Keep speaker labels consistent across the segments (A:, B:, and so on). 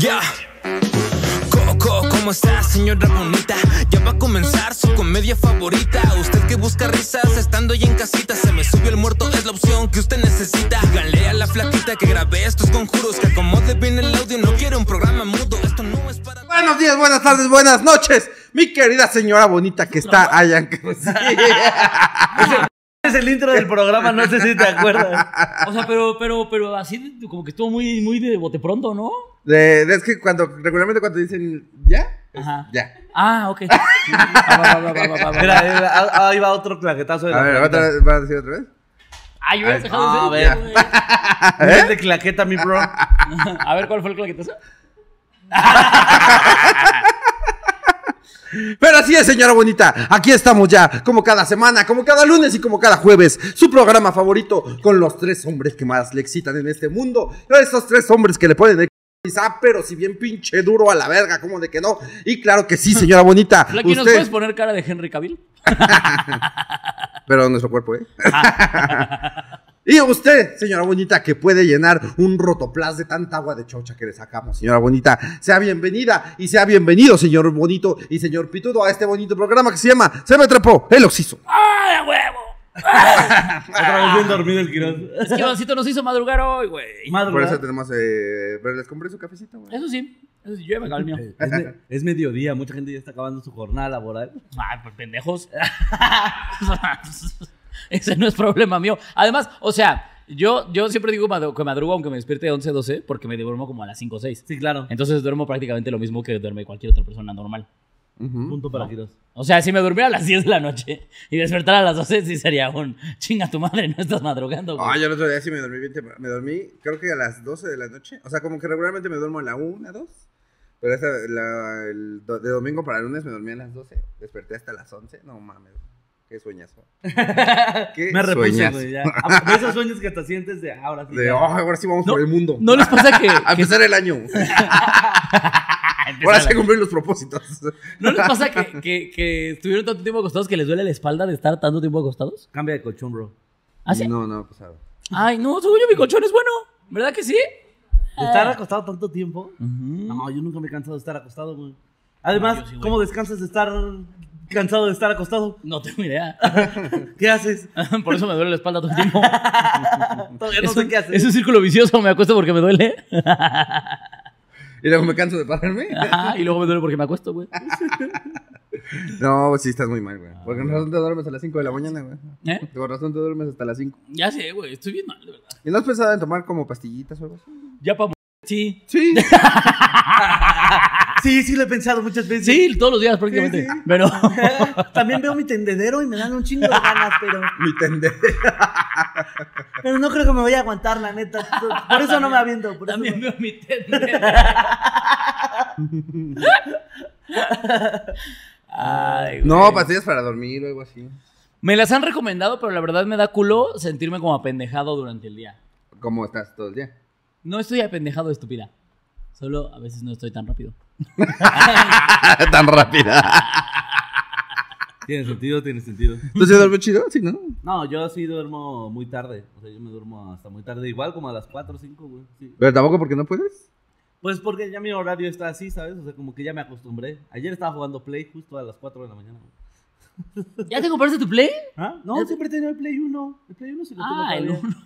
A: Ya. Coco, ¿cómo está, señora bonita? Ya va a comenzar su comedia favorita. Usted que busca risas estando ya en casita. Se me subió el muerto, es la opción que usted necesita. Díganle a la flaquita que grabé estos conjuros. Que acomode bien el audio, no quiero un programa mudo. Esto no es para.
B: Buenos días, buenas tardes, buenas noches. Mi querida señora bonita que está allá en
C: Es el intro del programa, no sé si te acuerdas.
D: O sea, pero, pero, pero así de- como que estuvo muy, muy de bote pronto, ¿no?
B: De- de- es que cuando, regularmente cuando dicen ya, es
D: Ajá.
B: ya.
D: Ah, ok. Ah, va, va, va, va, va, va.
C: Mira, ahí va- ahí va otro claquetazo de
B: A
C: la
B: ver,
C: flaqueta.
B: ¿otra vez? ¿vas a decir otra vez?
D: Ah, yo hubiera
B: Ah,
D: dejado de
C: a
D: ser. güey.
B: ¿Eh?
C: Nivel de claqueta, mi bro.
D: A ver, ¿cuál fue el claquetazo?
B: Pero así es, señora bonita. Aquí estamos ya, como cada semana, como cada lunes y como cada jueves. Su programa favorito con los tres hombres que más le excitan en este mundo. Esos tres hombres que le ponen el quizá, pero si bien pinche duro a la verga, como de que no. Y claro que sí, señora bonita.
D: Flaky, ¿nos puedes
B: Usted,
D: poner cara de Henry Cavill?
B: pero nuestro cuerpo, ¿eh? Y usted, señora bonita, que puede llenar un rotoplas de tanta agua de chocha que le sacamos, señora bonita, sea bienvenida y sea bienvenido, señor bonito y señor pitudo, a este bonito programa que se llama Se me trepó el oxiso.
D: ¡Ah, de huevo!
C: Otra vez bien dormido el quirón.
D: Es que Ivancito nos hizo madrugar hoy, güey.
B: Por
C: Madrugada.
B: eso tenemos. Eh, pero les compré su cafecito, güey.
D: Eso sí. Eso sí, yo ya me acabé el mío.
C: Es, me- es mediodía, mucha gente ya está acabando su jornada laboral.
D: Ah, pues pendejos. Ese no es problema mío. Además, o sea, yo, yo siempre digo madru- que madrugo aunque me despierte 11, 12, porque me duermo como a las 5 o 6.
C: Sí, claro.
D: Entonces duermo prácticamente lo mismo que duerme cualquier otra persona normal.
C: Punto para Quirós.
D: O sea, si me durmiera a las 10 de la noche y despertara a las 12, sí sería un chinga tu madre, no estás madrugando. güey".
B: Ah, yo el otro día sí me dormí bien temprano. Me dormí, creo que a las 12 de la noche. O sea, como que regularmente me duermo a la 1, 2. Pero esa, la- el do- de domingo para lunes me dormí a las 12. Desperté hasta las 11. No mames. Qué sueñazo. Qué
C: Me repuse,
B: sueñazo.
C: güey. ya. Ah, de Esos sueños que te sientes de "Ah, ahora sí.
B: De,
C: ya.
B: oh, ahora sí vamos por el mundo.
D: ¿No les pasa que,
C: Ah,
B: a
C: pues,
B: empezar el año. Ahora sí cumplir los propósitos.
D: ¿no les pasa que, que- que estuvieron tanto tiempo acostados que les duele la espalda de estar tanto tiempo acostados?
C: Cambia de colchón, bro.
D: ¿Ah, sí?
B: No, no, pasado.
D: Ay, no, según yo mi colchón es bueno. ¿Verdad que sí?
C: Estar acostado tanto tiempo. No, yo nunca me he cansado de estar acostado, güey. Además,
D: No, yo sí, güey.
C: ¿cómo descansas de estar cansado de estar acostado?
D: No tengo idea.
C: ¿Qué haces?
D: Por eso me duele la espalda todo el tiempo.
C: Todavía no
D: Es
C: sé
D: un,
C: qué haces.
D: es un círculo vicioso, me acuesto porque me duele.
B: Y luego me canso de pararme.
D: Ajá, y luego me duele porque me acuesto, güey.
B: No, pues sí estás muy mal, güey. Porque
D: Ah,
B: con razón te duermes a las 5 de la mañana, güey.
D: ¿Eh?
B: Con razón te duermes hasta las 5.
D: Ya sé, güey, estoy bien mal, de verdad.
B: ¿Y no has pensado en tomar como pastillitas o algo así?
D: Ya pa' mo- Sí.
B: Sí.
C: Sí, sí lo he pensado muchas veces.
D: Sí, todos los días prácticamente. Pero
C: También veo mi tendedero y me dan un chingo de ganas, pero,
B: Mi tender.
C: pero no creo que me voy a aguantar, la neta. Por eso no me aviento. Por eso
D: también
C: no-
D: veo mi tender. Ay, güey.
B: No, pastillas para dormir o algo así.
D: Me las han recomendado, pero la verdad me da culo sentirme como apendejado durante el día.
B: ¿Cómo estás todo el día?
D: No estoy apendejado, estúpida. Solo a veces no estoy tan rápido.
B: Ah, Tan rápida.
C: Tiene sentido, tiene sentido.
B: ¿Tú sí duermes chido? Sí, ¿no?
C: No, yo sí duermo muy tarde. O sea, yo me duermo hasta muy tarde. Igual como a las 4 o 5, güey. Sí.
B: Pero tampoco porque no puedes.
C: Pues porque ya mi horario está así, ¿sabes? O sea, como que ya me acostumbré. Ayer estaba jugando Play justo a las 4 de la mañana. güey.
D: ¿Ya te compraste tu play?
C: ¿Ah? No, siempre tenía el Play 1. El Play 1 sí lo tengo
D: Ah, el
C: todavía.
D: uno.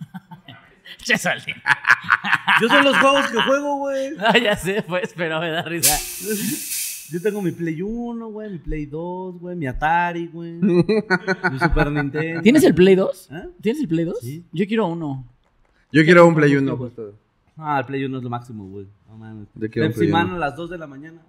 D: ya salí.
C: Yo son los juegos que juego, güey.
D: Ah, ya sé, pues, pero me da risa.
C: Yo tengo mi Play 1, güey, mi Play 2, güey, mi Atari, güey. mi Super Nintendo.
D: ¿Tienes el Play 2?
C: ¿Eh?
D: ¿Tienes el Play 2?
C: Sí.
D: Yo quiero uno.
B: Yo quiero un Play 1.
C: tiempo? Ah, el Play 1 es lo máximo, güey. No mames.
B: Yo quiero un
C: Pepsi
B: Play
C: Man
B: uno.
C: a las 2 de la mañana.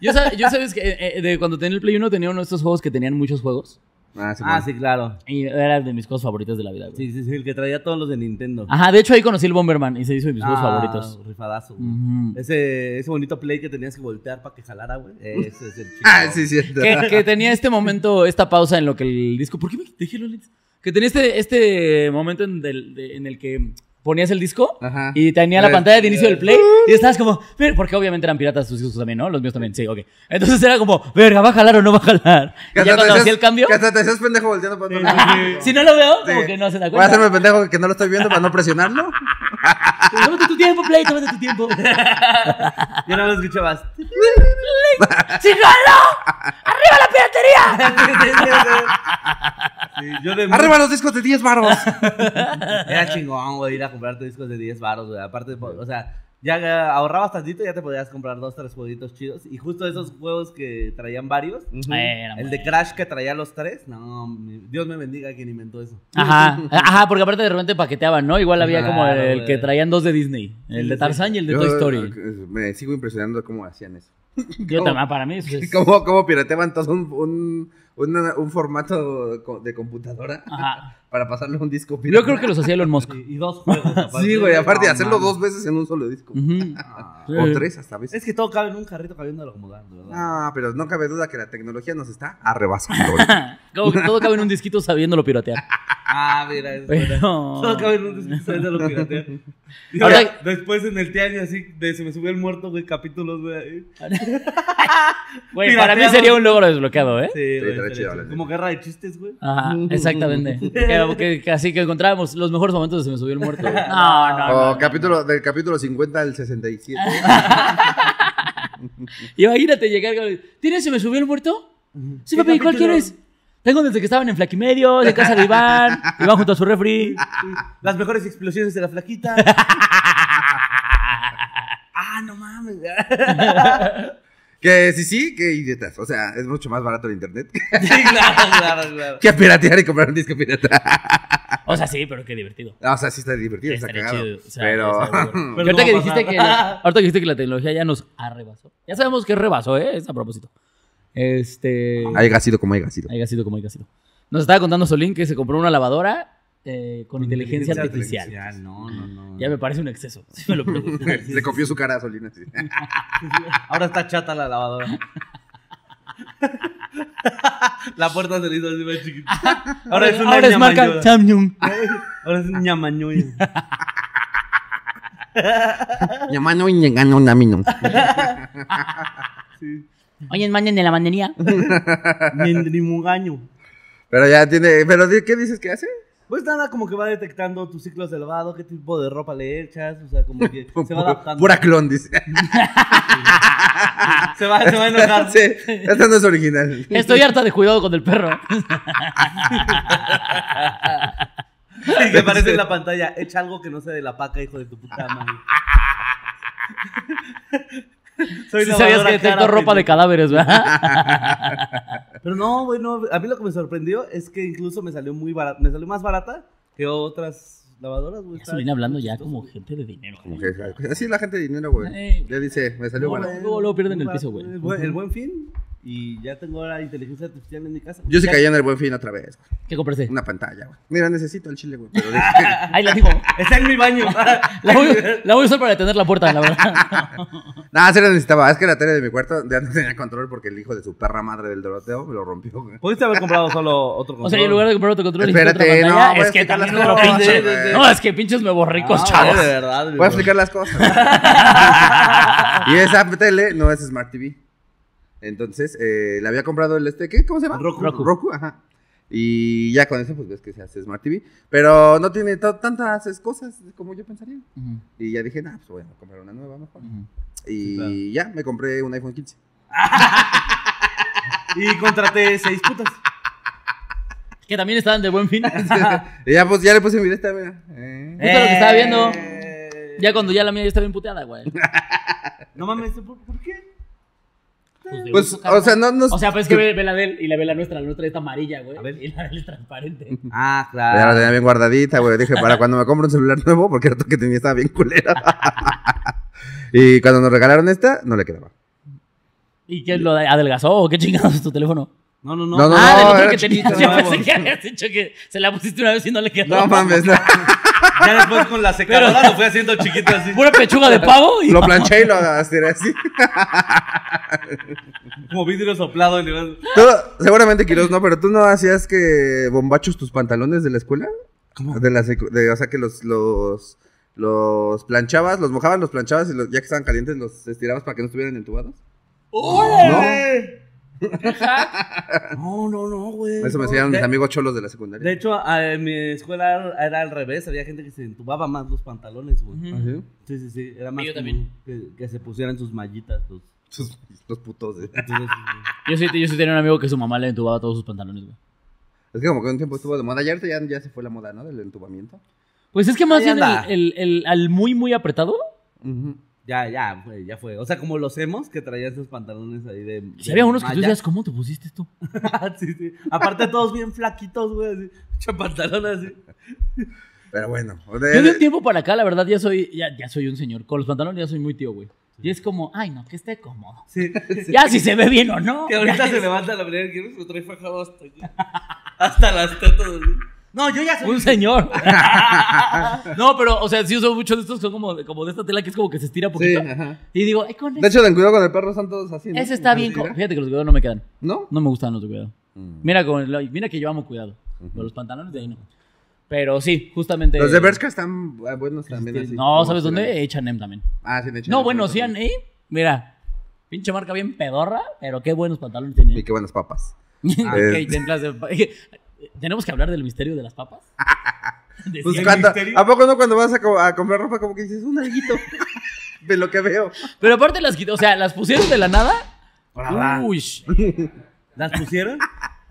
D: Yo, sab- yo sabes que eh, eh, de cuando tenía el Play 1 tenía uno de estos juegos que tenían muchos juegos.
B: Ah, sí.
C: ah,
B: bueno.
C: sí, claro.
D: Y era de mis cosas favoritas de la vida. güey.
C: Sí, sí, sí, el que traía todos los de Nintendo.
D: Ajá, de hecho ahí conocí el Bomberman y se hizo de Ah, mis juegos
C: Ah,
D: favoritos.
C: Rifadazo, güey.
D: Ujú.
C: Ese, ese bonito play que tenías que voltear para que jalara, güey. Ese es el chico.
B: Ah, sí, cierto.
D: Que, que tenía este momento, esta pausa en lo que el disco. ¿Por qué me dejé los lentes? Que tenía este, este momento en, del- de- en el que ponías el disco
B: Ajá.
D: y tenía la
B: Eh,
D: pantalla de inicio del play y estabas como, "Ver", porque obviamente eran piratas tus discos también, ¿no? Los míos también, sí, ok. Entonces era como, verga, ¿va a jalar o no va a jalar? Y
B: Que
D: ya
B: hasta
D: cuando
B: te
D: hacía
B: seas-
D: el cambio,
B: Que hasta te seas pendejo volteando para otro
D: si no lo veo, como que no se da
B: Voy a
D: cuenta.
B: hacerme pendejo que no lo estoy viendo para no presionarlo.
D: Tómate tu tiempo, Play, tómate tu tiempo.
C: Yo nada más escuchabas.
D: ¡Sígalo! ¡Arriba la piratería!
C: Sí, yo de
B: Arriba los discos de 10 varos.
C: Era chingón, güey, ir a comprarte discos de 10 baros, güey. Aparte, po- o sea, ya eh, ahorrabas tantito y ya te podías comprar dos, tres jueguitos chidos. Y justo esos juegos que traían varios.
D: Bueno,
C: El de Crash que traía los tres. No, mi- Dios me bendiga quien inventó eso.
D: Ajá, ajá, porque aparte de repente paqueteaban, ¿no? Igual había como
C: Claro,
D: el
C: güey.
D: que traían dos de Disney, el de
C: sí.
D: Tarzán y el de Toy Story.
B: Yo, eh, Me sigo impresionando cómo hacían eso.
D: Yo también, para mí eso es.
B: Cómo, cómo pirateaban todo un, un, una- un formato co- de computadora
D: Ajá.
B: para pasarle un disco pirata.
D: Yo creo que los hacía Elon Musk.
C: Y, y dos juegos.
B: Sí, güey, aparte de
C: No,
B: hacerlo
C: mames.
B: dos veces en un solo disco.
D: Ujú.
C: Ah.
D: Sí.
B: O tres hasta a veces.
C: Es que todo cabe en un carrito cabiendo acomodar, de ¿verdad?
B: Ah, pero no cabe duda que la tecnología nos está arrebasando. ahorita.
D: Como que todo cabe en un disquito sabiéndolo piratear.
C: Ah, mira, es buena.
D: Pero-
C: Todo cabe en un dispensador de lo piratea. Y
D: Ahora-
C: ahora, después en el tianguis así, de se me subió el muerto, güey, capítulos, güey.
B: ¿Eh?
C: ahí.
D: Güey, para mí
C: Pirateado.
D: sería un logro desbloqueado, ¿eh?
C: Sí, güey,
B: estaría
C: estaría
B: chido, la
C: chido.
B: neta.
C: Como guerra de chistes, güey.
D: Ajá, exactamente. Que- que- que así que encontrábamos los mejores momentos de Se me subió el muerto. güey. No, no, no,
B: o
D: no.
B: capítulo, del capítulo 50 al 67.
D: Imagínate llegar. güey, ¿Tienes Se me subió el muerto? Sí,
C: ¿Qué
D: papi, ¿cuál
C: capítulo?
D: quieres? Tengo desde que estaban en Flaquimedio, de casa de Iván, Iván junto a su refri.
C: Las mejores explosiones de la flaquita. ah, no mames.
B: que sí, sí, que idiotas. O sea, es mucho más barato el internet
C: sí, claro, claro, claro.
B: que piratear y comprar un disco pirata.
D: O sea, sí, pero qué divertido.
B: o sea, sí está divertido, está
D: Estaría
B: cagado.
D: chido, o sea,
B: pero.
D: está bueno.
C: Pero
D: Y ahorita,
C: no
D: que
C: va a pasar.
D: dijiste que la, ahorita que dijiste que la tecnología ya nos arrebasó. Ya sabemos que rebasó, ¿eh? Es a propósito. Este.
B: haya sido como haya sido.
D: Haya sido como haya sido. Nos estaba contando Solín que se compró una lavadora eh, con inteligencia, artificial.
C: No, no, no.
D: Ya me parece un exceso, si me lo preguntas.
B: Le copió su cara a Solina. sí.
C: Ahora está chata la lavadora. la puerta se le hizo así más chiquita. Ahora es una
D: Ahora es marca
C: ñamañuda.
D: Samsung.
C: Ahora es un ñamañuño.
B: Llamando y llegando un amino.
D: Oye, manden de la mandería.
C: Mendrimugaño.
B: Pero ya tiene. ¿Pero di- qué dices que hace?
C: Pues nada, como que va detectando tus ciclos de lavado, qué tipo de ropa le echas, o sea, como que se va adaptando.
B: Pura clon, dice.
C: Se va, se va a enojar.
B: Sí, esta no es original.
D: Estoy harta de cuidado con el perro.
C: Y que aparece en la pantalla, echa algo que no sea de la paca, hijo de tu puta madre. Soy
D: Si sabías
C: lavadora
D: que detecto
C: cara,
D: ropa de
C: pendejo.
D: cadáveres, ¿verdad?
C: Pero no, güey, no. A mí lo que me sorprendió es que incluso me salió muy barata, me salió más barata que otras lavadoras, güey. Está
D: Solín hablando ya
C: chistoso.
D: como gente de dinero.
B: Como que, así es la gente de dinero, güey.
D: Ey.
B: Ya dice, me salió
D: No,
B: bueno.
D: güey. Luego, luego pierden el piso, güey.
C: El buen, el buen fin. Y ya tengo la inteligencia artificial en mi casa.
B: Yo sí caí en el buen fin otra vez. güey.
D: ¿Qué compraste?
B: Una pantalla, güey. Mira, necesito el chile, güey. Pero
D: Ahí la digo.
C: Está en mi baño.
D: La voy, la voy a usar para detener la puerta, la verdad.
B: Nada, se la necesitaba. Es que la tele de mi cuarto ya no tenía control porque el hijo de su perra madre del Doroteo me lo rompió, güey.
C: Pudiste haber comprado solo otro control.
D: O sea, en lugar de comprar otro control,
B: Espérate,
D: dijiste otra
B: no, pues, voy a
D: pantalla. es que
B: explicar
D: también
B: las
D: otro
B: cosas,
D: pinche.
B: güey.
D: No, es que pinches borricos,
C: Ah,
D: chavos.
C: De verdad.
B: Voy a
C: güey.
B: explicar las cosas. y esa tele no es Smart TV. Entonces, eh, le había comprado el este, ¿qué? ¿Cómo se llama?
C: Roku.
B: Roku, ajá. Y ya con eso, pues ves que se hace Smart TV. Pero no tiene to- tantas es, cosas como yo pensaría.
D: Ujú,
B: Y ya dije, nah, pues voy a comprar una nueva mejor.
D: ujú.
B: Y
C: claro.
B: ya, me compré un iPhone 15.
C: Y contraté seis putas.
D: Que también estaban de buen fin. Justo
B: y ya, pues, ya le puse mi de esta, mira. Eh.
D: lo que estaba viendo.
C: Eh,
D: Ya cuando ya la mía ya está bien puteada, güey.
B: Pues,
C: No mames, ¿por, por qué?
D: Pues, de
B: Pues,
D: uso, cabrón.
B: o sea, no, no.
D: O sea, pues es que ve, ve la de él y la ve la nuestra. La nuestra está amarilla, güey.
C: A ver.
D: Y la de él es transparente.
C: Ah,
B: Ya la
C: claro.
B: tenía bien guardadita, güey. Dije, para cuando me compre un celular nuevo, porque el otro que tenía estaba bien culera. y cuando nos regalaron esta, no le quedaba.
D: ¿Y qué lo de- adelgazó o qué chingados es tu teléfono?
C: No, no, no.
B: No, no,
D: ah, del otro
B: era
D: que tenía.
B: chiquito,
D: Yo
C: no,
D: pensé
C: güey.
D: que habías dicho que se la pusiste una vez y no le quedó.
B: No mames, no.
C: Ya después con la secadora lo fui haciendo chiquito así.
D: Pura pechuga de pavo. Y...
B: lo planché y lo estiré así.
C: Como vidrio soplado. Y le vas-
B: Tú, seguramente Quiroz no, pero tú no hacías que bombachos tus pantalones de la escuela. De la secu- de- o sea, que los, los, los planchabas, los mojabas, los planchabas y los, ya que estaban calientes los estirabas para que no estuvieran entubados.
D: ¡Órale!
C: No, no, no, güey.
B: Eso me
C: no.
B: enseñaron mis
C: De-
B: amigos cholos de la
C: De
B: secundaria.
C: hecho, a- en mi escuela era- era al revés. Había gente que se entubaba más los pantalones, güey.
D: Ujú.
B: ¿Ah, sí?
C: Sí, sí, sí. Era más
D: yo
C: común que, que se pusieran sus mallitas. Los,
B: Sus- los putos. eh.
C: entonces,
D: Yo sí, yo sí tenía un amigo que su mamá le entubaba todos sus pantalones, güey.
B: Es que como que un tiempo estuvo de moda. Ya ahorita ya, ya se fue la moda, ¿no? Del entubamiento.
D: Pues es que más
C: Ahí
D: bien
C: anda.
D: el, el- el- al muy, muy apretado,
B: Ujú.
C: ya, ya, fue, ya fue. O sea, como los hemos que traían sus pantalones ahí de.
D: si había unos que tú
C: malla.
D: decías, ¿cómo te pusiste tú?
C: sí, sí. Aparte, todos bien flaquitos, güey. Así, pinche pantalón así.
B: Pero bueno. o
D: Yo de
B: de-
D: un tiempo para acá, la verdad, ya soy, ya, ya soy un señor. Con los pantalones ya soy muy tío, güey. Y es como, ay, no, que esté cómodo.
C: Sí.
D: Ya si se ve bien o no.
C: Que ahorita se levanta la primera que se lo trae fajado hasta aquí. Hasta las tetas. así. No, yo ya soy.
D: Un señor. no, pero, o sea, sí uso muchos de estos que son como, de- como de esta tela que es como que se estira
B: Sí,
D: poquito.
B: ajá.
D: Y digo, ay, con
B: De
D: eso.
B: hecho, en Cuidado con el Perro están todos así, ¿no?
D: Ese está bien. co-
B: ¿No?
D: Fíjate que los cuidados no me quedan.
B: ¿No?
D: No me gustan los de cuidado. Mira, con el- mira que yo amo cuidado.
B: Mm. Ujú.
D: Pero los pantalones de ahí no. Pero sí, justamente.
B: Los de Bershka están eh, buenos también así.
D: No, ¿sabes
B: Como
D: dónde? HM también.
B: Ah, sí, de hecho.
D: No, bueno, sí,
B: también.
D: eh. Mira, pinche marca bien pedorra, pero qué buenos pantalones tiene.
B: Y qué buenas papas.
D: Ok,
B: Eh.
D: templas de pa- Tenemos que hablar del misterio de las papas. Decía-
B: Pues
C: el
B: cuando-
C: misterio.
B: ¿A poco no cuando vas a, co- a comprar ropa como que dices un alguito? de lo que veo.
D: Pero aparte las quitó, o sea, las pusieron de la nada.
C: Hola.
D: Uy.
C: ¿Las pusieron?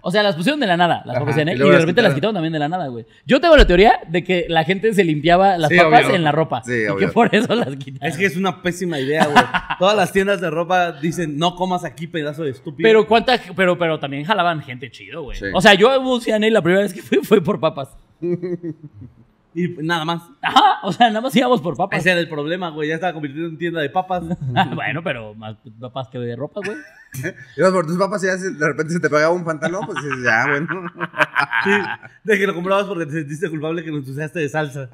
D: O sea, las pusieron de la nada, las
B: Ajá,
D: papas, ¿eh?
B: y
D: Y,
B: luego
D: de
B: las
D: repente las
B: quitaron.
D: quitaron también de la nada, güey. Yo tengo la teoría de que la gente se limpiaba las
B: Sí,
D: papas
B: obvio.
D: en la ropa.
B: Sí,
D: y que
B: obvio.
D: por eso las quitaron.
C: Es que es una pésima idea, güey. Todas las tiendas de ropa dicen, no comas aquí, pedazo de estúpido.
D: Pero cuánta, pero, pero también jalaban gente chido, güey.
B: Sí.
D: O sea, yo a Buciane la primera vez que fui fue por papas.
C: Y nada más.
D: Ajá, o sea, nada más íbamos por papas.
C: Ese era el problema, güey. Ya estaba convirtiendo en tienda de papas.
D: Ah, bueno, pero más papas que de ropa, güey.
B: Ibas por tus papas y ya se- de repente se te pegaba un pantalón, pues dices, ya, bueno. Ah.
C: Sí, de que lo comprabas porque te sentiste culpable que lo entusiaste de salsa.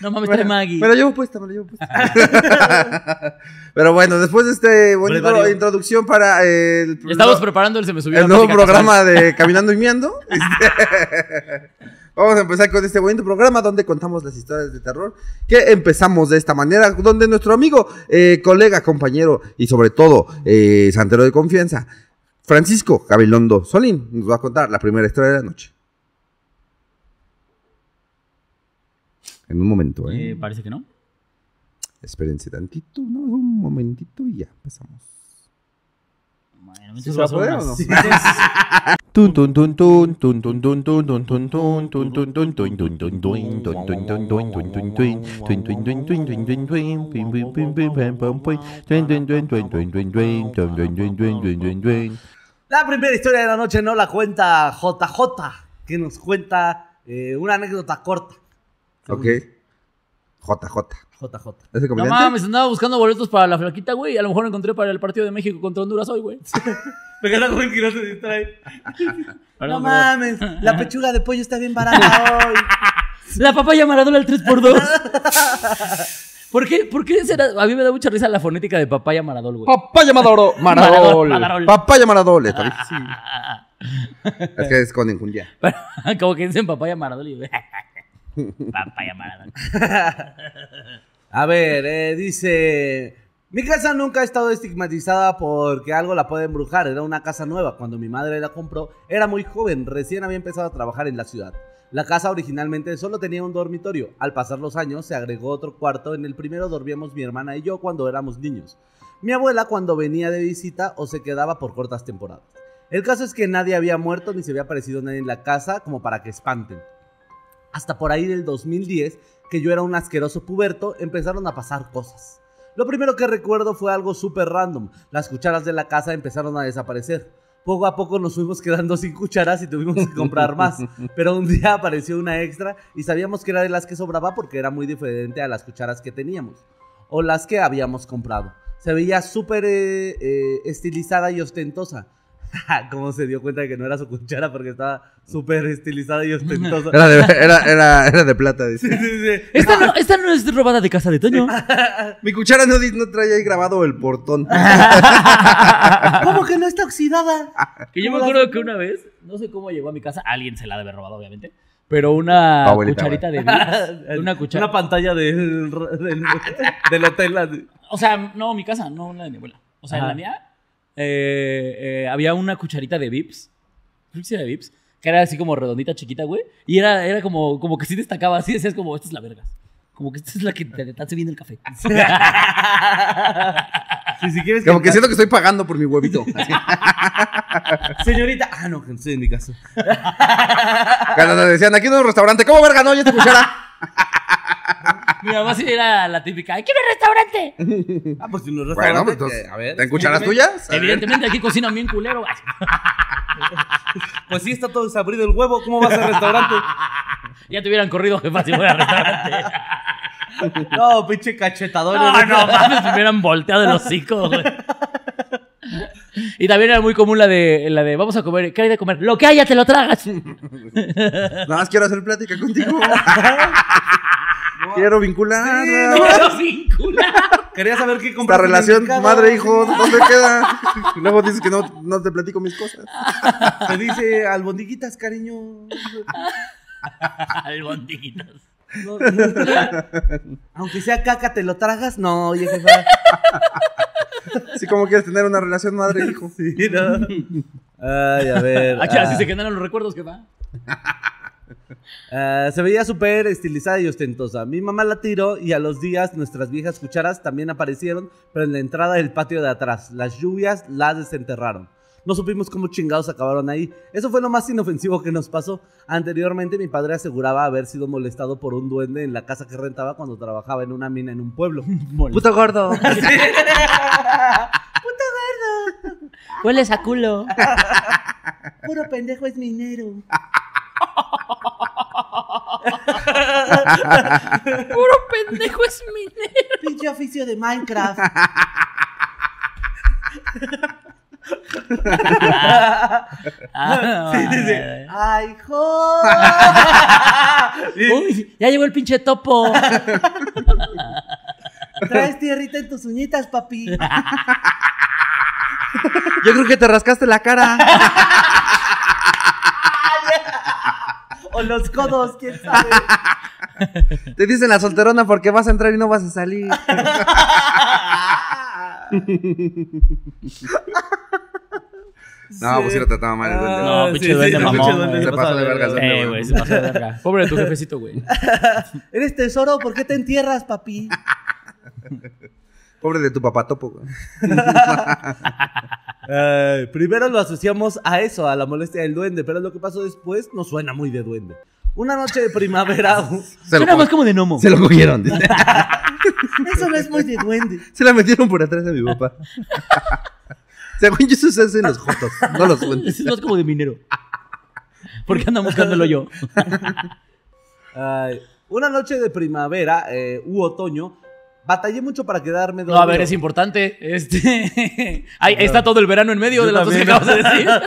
D: No mames, trae
B: Bueno,
D: Maggie.
B: Me la llevo puesta, me la llevo puesta. Pero bueno, después de este bonito
C: Brevario.
B: introducción para eh, el,
D: Estamos preparando el se me subió
B: el
D: la
B: nuevo
D: plática
B: programa de Caminando y Miando. este, Vamos a empezar con este bonito programa donde contamos las historias de terror que empezamos de esta manera, donde nuestro amigo, eh, colega, compañero y sobre todo eh, santero de confianza, Francisco Gabilondo Solín, nos va a contar la primera historia de la noche. En un momento,
D: casual.
B: ¿eh?
D: Eh, parece que no.
B: Espérense tantito, ¿no? Un momentito y ya empezamos.
D: Bueno,
B: ¿Sí
D: entonces
B: se va a poder
D: unas-
B: o no?
D: Sí.
E: Tun tun tun tun tun tun tun tun tun tun tun tun tun tun tun tun tun tun tun tun tun tun tun tun tun. Tun tun tun tun tun tun tun. Pim, pim, pim, pim, pam, pam, pum. Tun, tun, tun, tun, tun, tun, tun. Tun, tun, tun, tun, tun, tun, tun.
C: La primera historia de la noche no la cuenta JJ, que nos cuenta eh, una anécdota corta.
B: Ok. JJ.
C: JJ.
B: ¿Es el
D: No
B: comediante?
D: mames, andaba buscando boletos para la flaquita, güey. y A lo mejor lo encontré para el partido de México contra Honduras hoy, güey.
C: Me encanta cómo el que no se distrae.
D: Perdón, perdón.
C: no mames, la pechuga de pollo está bien barata hoy.
D: La papaya Maradona al 3x2. ¿Por qué? ¿Por qué será? A mí me da mucha risa la fonética de papaya Maradol, güey.
B: Papaya Madoro.
D: Maradol,
B: Maradol.
D: Maradol.
B: Papaya Maradol. está bien,
D: Ah,
B: sí. Es que es con enjundia.
D: Como que dicen papaya Maradol y güey. Papaya Maradol.
C: A ver, eh, dice... Mi casa nunca ha estado estigmatizada porque algo la puede embrujar. Era una casa nueva. Cuando mi madre la compró, era muy joven. Recién había empezado a trabajar en la ciudad. La casa originalmente solo tenía un dormitorio. Al pasar los años se agregó otro cuarto. En el primero dormíamos mi hermana y yo cuando éramos niños. Mi abuela cuando venía de visita o se quedaba por cortas temporadas. El caso es que nadie había muerto ni se había aparecido nadie en la casa como para que espanten. Hasta por ahí del 2010, que yo era un asqueroso puberto, empezaron a pasar cosas. Lo primero que recuerdo fue algo súper random. Las cucharas de la casa empezaron a desaparecer. Poco a poco nos fuimos quedando sin cucharas y tuvimos que comprar más. Pero un día apareció una extra y sabíamos que era de las que sobraba porque era muy diferente a las cucharas que teníamos o las que habíamos comprado. Se veía súper eh, eh, estilizada y ostentosa. ¿Cómo se dio cuenta de que no era su cuchara porque estaba súper estilizada y ostentosa?
B: Era de, era, era, era de plata,
C: Sí,
B: dice.
C: sí, sí.
D: Esta no, esta no es robada de casa de Toño.
B: Mi cuchara no, di- no traía ahí grabado el portón.
C: ¿Cómo que no está oxidada?
D: Que yo me
C: ¿Cómo la
D: acuerdo que una vez, no sé cómo llegó a mi casa, alguien se la debe haber robado, obviamente, pero una
B: Tu abuelita,
D: cucharita de Vicks, una
C: Una
D: cuchara.
C: pantalla del, del, del hotel. así.
D: O sea, no, mi casa, no la de mi abuela. O sea,
C: Ajá.
D: la mía eh, eh, había una cucharita de Vips. Creo que sí era de Vips. Que era así como redondita, chiquita, güey. Y era, era como, como que sí destacaba. Así decías como, esta es la verga. Como que esta es la que te, te hace bien el café.
C: Si, si quieres
B: Como que
C: cantar-
B: siento que estoy pagando por mi huevito. Así.
C: Señorita. Ah, no, que estoy en mi casa.
B: Cuando nos decían, aquí en un restaurante, ¿cómo verga no? Yo te cuchara.
D: Mi mamá sí era la típica, ¡ay, quiero restaurante!
C: Ah, pues si no
B: Bueno, pues
C: restaurante.
B: entonces,
C: eh, a ver.
B: ¿te cucharas tuyas? A ver.
D: Evidentemente aquí cocinan bien culero. güey.
C: Pues sí, está todo desabrido el huevo. ¿Cómo vas al restaurante?
D: Ya te hubieran corrido, jefa, si fuera restaurante.
C: No, pinche cachetador.
D: No, no, mames, me hubieran volteado el hocico, güey. Y también era muy común la de, la de, vamos a comer, ¿qué hay de comer? Lo que haya te lo tragas.
B: Nada más quiero hacer plática contigo. quiero vincular.
D: Pero sin culo.
C: Quería saber qué
B: La
C: comprar.
B: relación madre-hijo, ¿dónde queda? Y Luego dices que no, no te platico mis cosas.
C: Te dice albondiguitas, cariño.
D: Albondiguitas.
C: No, no. Aunque sea caca, ¿te lo tragas? No, oye, jefa.
B: Así como quieres tener una relación madre-hijo.
C: Sí, no. Ay, a ver.
D: Aquí así
C: ah,
D: se quedaron los recuerdos que va.
C: ah, se veía súper estilizada y ostentosa. Mi mamá la tiró y a los días nuestras viejas cucharas también aparecieron, pero en la entrada del patio de atrás. Las lluvias las desenterraron. No supimos cómo chingados acabaron ahí. Eso fue lo más inofensivo que nos pasó. Anteriormente mi padre aseguraba haber sido molestado por un duende en la casa que rentaba cuando trabajaba en una mina en un pueblo.
D: Puto gordo. Puto gordo. Hueles a culo.
C: Puro pendejo es minero.
D: Puro pendejo es minero.
C: Pinche oficio de Minecraft.
D: Ah,
C: Ay, jo.
D: Uy, ya llegó el pinche topo.
C: Traes tierrita en tus uñitas, papi.
B: Yo creo que te rascaste la cara.
C: O los codos, quién sabe.
B: Te dicen la solterona porque vas a entrar y no vas a salir. No, pues sí lo trataba mal el duende.
D: No, pinche duende mamón, güey.
B: Se pasó de verga el duende,
D: Eh, güey, se pasó de verga. Pobre de tu jefecito, güey.
C: Eres tesoro, ¿por qué te entierras, papi?
B: Pobre de tu papá topo. güey.
C: Ay, Eh, primero lo asociamos a eso, a la molestia del duende, pero lo que pasó después no suena muy de duende. Una noche de primavera.
B: Se lo,
D: Suena
B: co-
D: más como de gnomo.
B: se lo cogieron. dice.
C: Eso no es muy de duende.
B: Se la metieron por atrás de mi papá. Según yo, eso se hace en los jotos, no los duendes.
D: Es más como de minero. ¿Por qué andan buscándolo yo?
C: Ay, una noche de primavera eh, u otoño, batallé mucho para quedarme
D: No, a ver,
C: dormido.
D: es importante. Este. Ahí está todo el verano en medio de las dos que acabas de decir.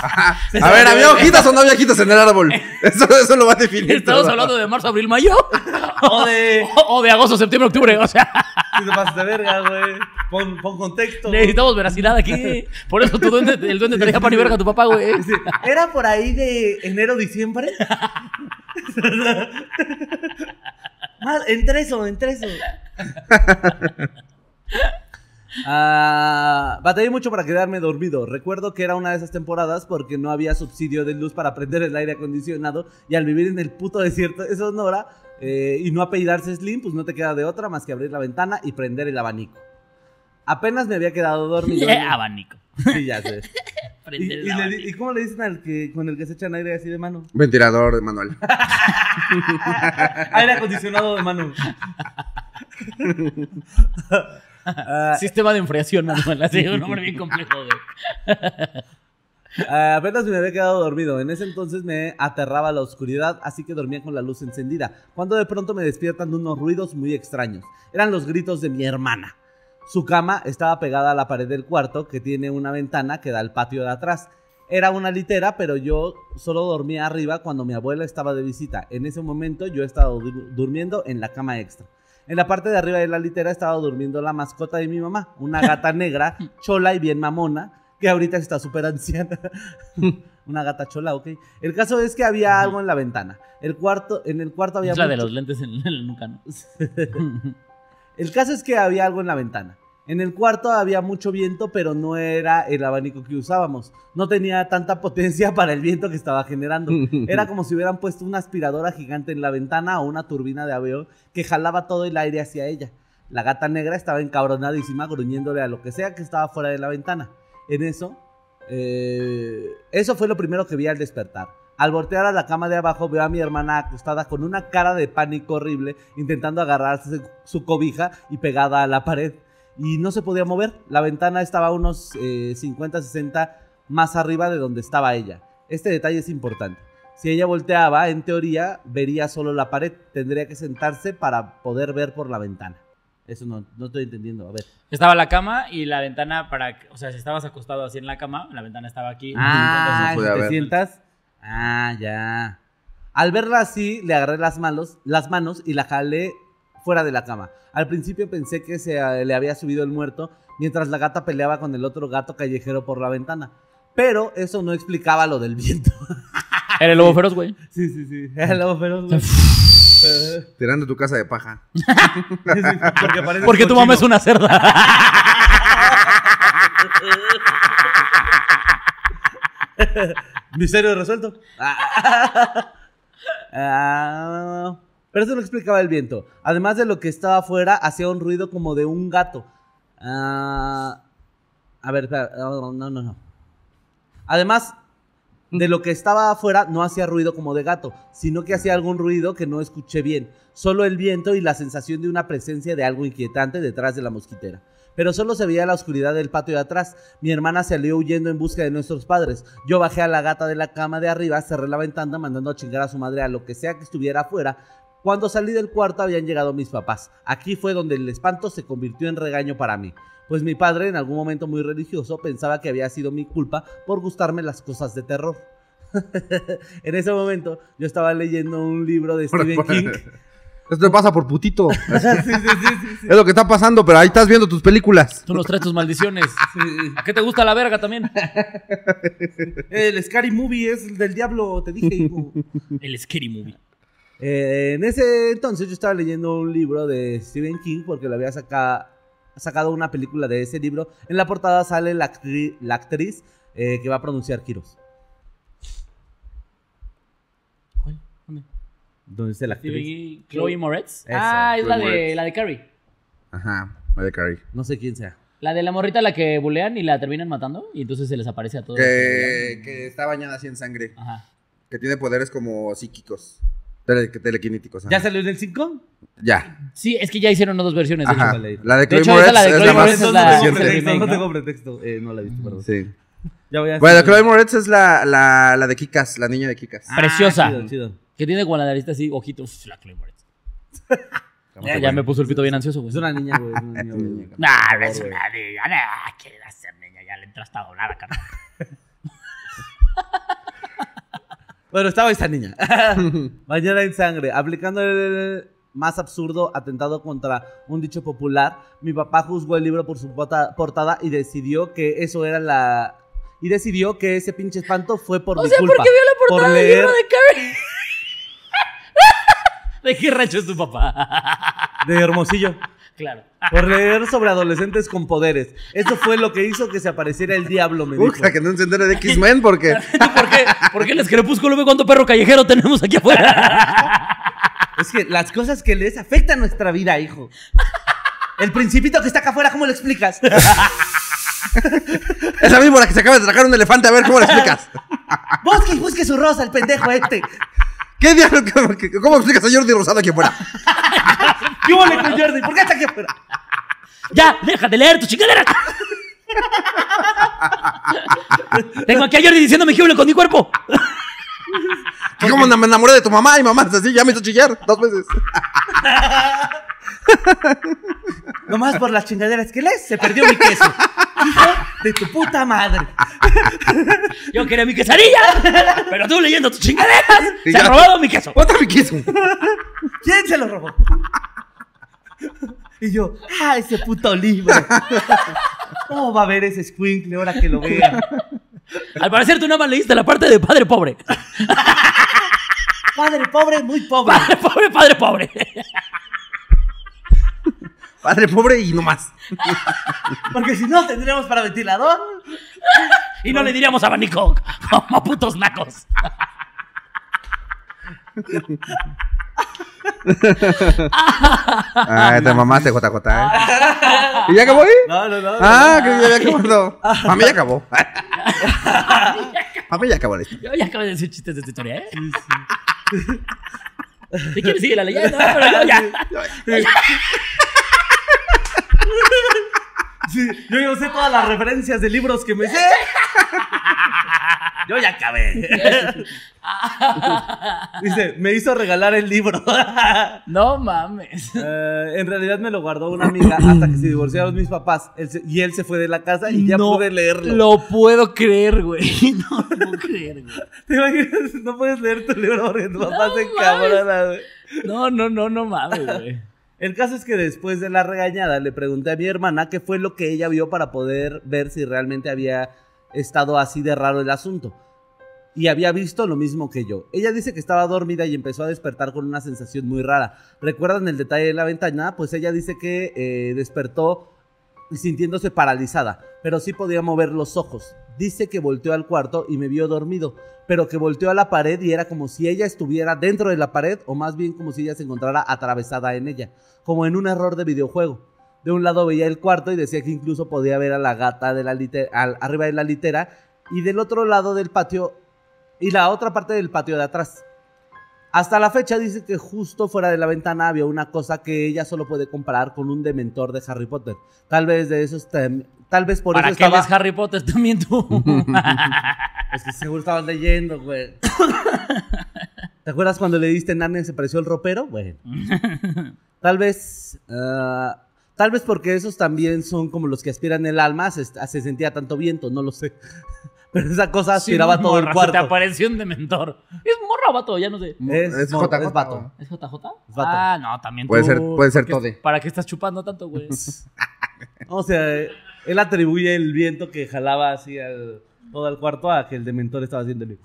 B: A ver, ¿había hojitas o no había hojitas en el árbol? Eso, eso lo va a definir.
D: Estamos
B: todo.
D: hablando de marzo, abril, mayo.
C: O de-
D: O de agosto, septiembre, octubre. O sea,
C: Si te pasas de verga, güey. Pon, pon contexto. güey.
D: necesitamos veracidad aquí. Por eso tu duende, el duende te deja pan y verga a tu papá, güey.
C: Sí, Era por ahí de enero, diciembre. Más, entre eso, entre eso. Ah, batallé mucho para quedarme dormido. Recuerdo que era una de esas temporadas porque no había subsidio de luz para prender el aire acondicionado y al vivir en el puto desierto de Sonora eh, y no apellidarse Slim, pues no te queda de otra más que abrir la ventana y prender el abanico. Apenas me había quedado dormido.
D: Abanico.
C: Sí, ya sé. ¿Y,
D: Prende el
C: y le di-
D: abanico.
C: ¿y cómo le dicen al que con el que se echan aire así de mano?
B: Ventilador de manual.
C: aire acondicionado de mano. Ah,
D: Sistema de enfriación, Manuel. Así, un nombre bien complejo, güey.
C: ah, apenas me había quedado dormido. En ese entonces me aterraba la oscuridad, así que dormía con la luz encendida. Cuando de pronto me despiertan de unos ruidos muy extraños. Eran los gritos de mi hermana. Su cama estaba pegada a la pared del cuarto, que tiene una ventana que da al patio de atrás. Era una litera, pero yo solo dormía arriba cuando mi abuela estaba de visita. En ese momento yo estaba dur- durmiendo en la cama extra. En la parte de arriba de la litera estaba durmiendo la mascota de mi mamá, una gata negra, chola y bien mamona, que ahorita está súper anciana. una gata chola, ok. El caso es que había algo en la ventana. El cuarto, en el cuarto había
D: Es la de
C: mucho-
D: los lentes en en la nuca, ¿no?
C: el caso es que había algo en la ventana. En el cuarto había mucho viento, pero no era el abanico que usábamos. No tenía tanta potencia para el viento que estaba generando. Era como si hubieran puesto una aspiradora gigante en la ventana o una turbina de avión que jalaba todo el aire hacia ella. La gata negra estaba encabronadísima, gruñéndole a lo que sea que estaba fuera de la ventana. En eso, eh, eso fue lo primero que vi al despertar. Al voltear a la cama de abajo veo a mi hermana acostada con una cara de pánico horrible, intentando agarrarse su cobija y pegada a la pared. Y no se podía mover. La ventana estaba a unos eh, 50, 60 más arriba de donde estaba ella. Este detalle es importante. Si ella volteaba, en teoría, vería solo la pared. Tendría que sentarse para poder ver por la ventana. Eso no, no estoy entendiendo. A ver.
F: Estaba la cama y la ventana para... O sea, si estabas acostado así en la cama, la ventana estaba aquí.
B: Entonces,
C: Ah, si
B: puede
C: te
B: haber.
C: sientas. Ah, ya. Al verla así, le agarré las manos, las manos y la jalé fuera de la cama. Al principio pensé que se eh, le había subido el muerto mientras la gata peleaba con el otro gato callejero por la ventana. Pero eso no explicaba lo del viento.
D: Era el lobo feroz, güey.
C: sí, sí, sí. Luego, pero- Eh,
B: Tirando tu casa de paja.
C: porque parece
D: Porque tu mamá es
C: cochino.
D: una cerda.
C: Misterio resuelto. Ah, pero eso no explicaba el viento. Además de lo que estaba afuera, hacía un ruido como de un gato. Ah, a ver, espera. No, no, no. no. Además de lo que estaba afuera, no hacía ruido como de gato, sino que hacía algún ruido que no escuché bien. Solo el viento y la sensación de una presencia de algo inquietante detrás de la mosquitera. Pero solo se veía la oscuridad del patio de atrás. Mi hermana salió huyendo en busca de nuestros padres. Yo bajé a la gata de la cama de arriba, cerré la ventana mandando a chingar a su madre a lo que sea que estuviera afuera. Cuando salí del cuarto habían llegado mis papás. Aquí fue donde el espanto se convirtió en regaño para mí. Pues mi padre, en algún momento muy religioso, pensaba que había sido mi culpa por gustarme las cosas de terror. en ese momento yo estaba leyendo un libro de Stephen King.
B: Esto te pasa por putito. Es lo que está pasando, pero ahí estás viendo tus películas.
D: Tú nos traes tus maldiciones. ¿A qué te gusta la verga también?
C: El Scary Movie es el del diablo, te dije, hijo.
D: El scary movie.
C: Eh, en ese entonces yo estaba leyendo un libro de Stephen King porque le había saca- sacado una película de ese libro. En la portada sale la, actri- la actriz eh, que va a pronunciar giros.
D: ¿Cuál? ¿Dónde?
C: ¿Dónde está la actriz?
D: Stevie- Chloe Moretz.
C: Esa,
D: ah, es
B: Chloe
D: la de,
B: Moretz.
D: la de Carrie.
B: Ajá, vale, Carrie.
C: No sé quién sea.
D: La de la morrita a la que bulean y la terminan matando. Y entonces se les aparece a todos.
B: Que, que está bañada así en sangre.
D: Ajá.
B: Que tiene poderes como psíquicos. Tele- telequinéticos. ajá.
C: ¿Ya salió en el 5?
B: Ya.
D: Sí, es que ya hicieron dos versiones. de
B: Ajá.
D: hecho.
B: La de Chloe
D: De hecho,
B: Moretz
D: esa, la de
B: es
D: Chloe
B: la
D: Moretz
B: más
D: es la-
C: no, tengo
B: reciente.
C: pretexto,
D: remake,
C: no
D: ¿no?
C: tengo pretexto. Eh, no la he visto, perdón.
B: Sí.
C: Ya voy a
B: Bueno, la Chloe Moretz es la, la, la de Kikas, la niña de Kikas.
C: Ah,
D: Preciosa.
C: chido, chido.
D: Que tiene con la naricita así, ojitos. Uf, la Chloe Moretz. Ya, ya me puso el pito bien ansioso, güey.
C: Es una niña, güey. es una niña, güey.
D: Nah, no es una niña. Nah, ¿qué va a ser niña? Ya le entraste a doblar acá.
C: Bueno, estaba esta niña. Mañana en sangre. Aplicando el más absurdo atentado contra un dicho popular, mi papá juzgó el libro por su pota- portada y decidió que eso era la... Y decidió que ese pinche espanto fue por
D: O
C: mi
D: sea,
C: culpa.
D: porque vio la portada
C: por
D: del
C: leer
D: libro de Carrie. ¿De qué rancho es tu papá?
C: de Hermosillo.
D: claro.
C: Por leer sobre adolescentes con poderes. Eso fue lo que hizo que se apareciera el diablo, me dijo.
B: Puta, que no se entere de X-Men porque.
D: ¿Por qué? ¿Por qué el escrepúsculo ve cuánto perro callejero tenemos aquí afuera?
C: Es que las cosas que lees afectan nuestra vida, hijo. El principito que está acá afuera, ¿cómo lo explicas?
B: Es la misma la que se acaba de tragar un elefante, a ver cómo la explicas.
C: Busque y busque su rosa, el pendejo este.
B: ¿Qué diablo? ¿Cómo explicas a Jordi Rosado aquí afuera?
C: ¿Qué hubo con Jordi? ¿Por qué está aquí afuera?
D: ya, deja de leer tu chingadera. Tengo aquí a Jordi diciéndome que hable con mi cuerpo.
B: Que como me enamoré de tu mamá y mamá es así, ya me hizo chillar dos veces.
C: Nomás por las chingaderas que lees, se perdió mi queso. Hijo de tu puta madre.
D: Yo quería mi quesadilla, pero tú leyendo tus chingaderas.
B: Y
D: Se ha
B: ya.
D: robado mi queso.
B: Otra riquísimo.
C: ¿Quién se lo robó? Y yo, ah, ese puto libro. ¿Cómo va a ver ese squinkle ahora que lo vea?
D: Al parecer tú nada más leíste la parte de padre pobre.
C: Padre pobre, muy pobre.
D: Padre pobre, padre pobre.
B: Padre pobre y no más.
C: Porque si no, tendríamos para ventilador.
D: Y no le diríamos abanico, como putos nacos.
B: Ay, te mamaste, JJ. ¿eh? ¿Y ya acabó ahí?
C: No, no, Ah. no.
B: Ah, que ya había acabado. A mí ya acabó. A mí ya acabó la historia.
D: Yo ya acabo de decir chistes de esta historia, ¿eh? ¿Y quién sigue la leyenda? Pero yo ya.
C: Sí, yo ya usé todas las referencias de libros que me sé. Yo ya acabé. Dice, me hizo regalar el libro.
D: No mames.
C: Eh, en realidad me lo guardó una amiga hasta que se divorciaron mis papás Él se- y él se fue de la casa y ya
D: No
C: pude leerlo.
D: Lo puedo creer, güey. No lo puedo creer, güey.
C: ¿Te imaginas? No puedes leer tu libro porque tu papá se
D: mames.
C: encabrona, güey.
D: No, no, no, no mames, güey.
C: El caso es que después de la regañada le pregunté a mi hermana qué fue lo que ella vio para poder ver si realmente había estado así de raro el asunto. Y había visto lo mismo que yo. Ella dice que estaba dormida y empezó a despertar con una sensación muy rara. ¿Recuerdan el detalle de la ventana? Pues ella dice que eh, despertó sintiéndose paralizada, pero sí podía mover los ojos. Dice que volteó al cuarto y me vio dormido, pero que volteó a la pared y era como si ella estuviera dentro de la pared o más bien como si ella se encontrara atravesada en ella como en un error de videojuego. De un lado veía el cuarto y decía que incluso podía ver a la gata de la lite- al- arriba de la litera y del otro lado del patio y la otra parte del patio de atrás. Hasta la fecha dice que justo fuera de la ventana había una cosa que ella solo puede comparar con un dementor de Harry Potter. Tal vez de esos tem- tal vez por
D: ¿Para
C: eso
D: qué
C: estaba
D: lees Harry Potter también tú?
C: es que seguro estaban leyendo, güey. ¿Te acuerdas cuando le diste Narnia y se pareció el ropero? Bueno. Tal vez. ah, tal vez porque esos también son como los que aspiran el alma. Se, se sentía tanto viento, no lo sé. Pero esa cosa aspiraba
D: Sí,
C: todo el
D: morra, se Te
C: cuarto.
D: apareció un dementor. Es morra o vato, ya no sé.
C: Es,
B: Es
C: mor-
B: JJ,
C: es vato.
B: güey.
D: ¿Es JJ?
C: vato.
D: Ah, no, también
B: Puede
D: tú.
B: ser- puede ser
D: ¿Por qué-
B: Tode.
D: ¿Para qué estás chupando tanto, güey?
C: O sea, eh, él atribuye el viento que jalaba así al, todo el cuarto a que el dementor estaba haciendo el.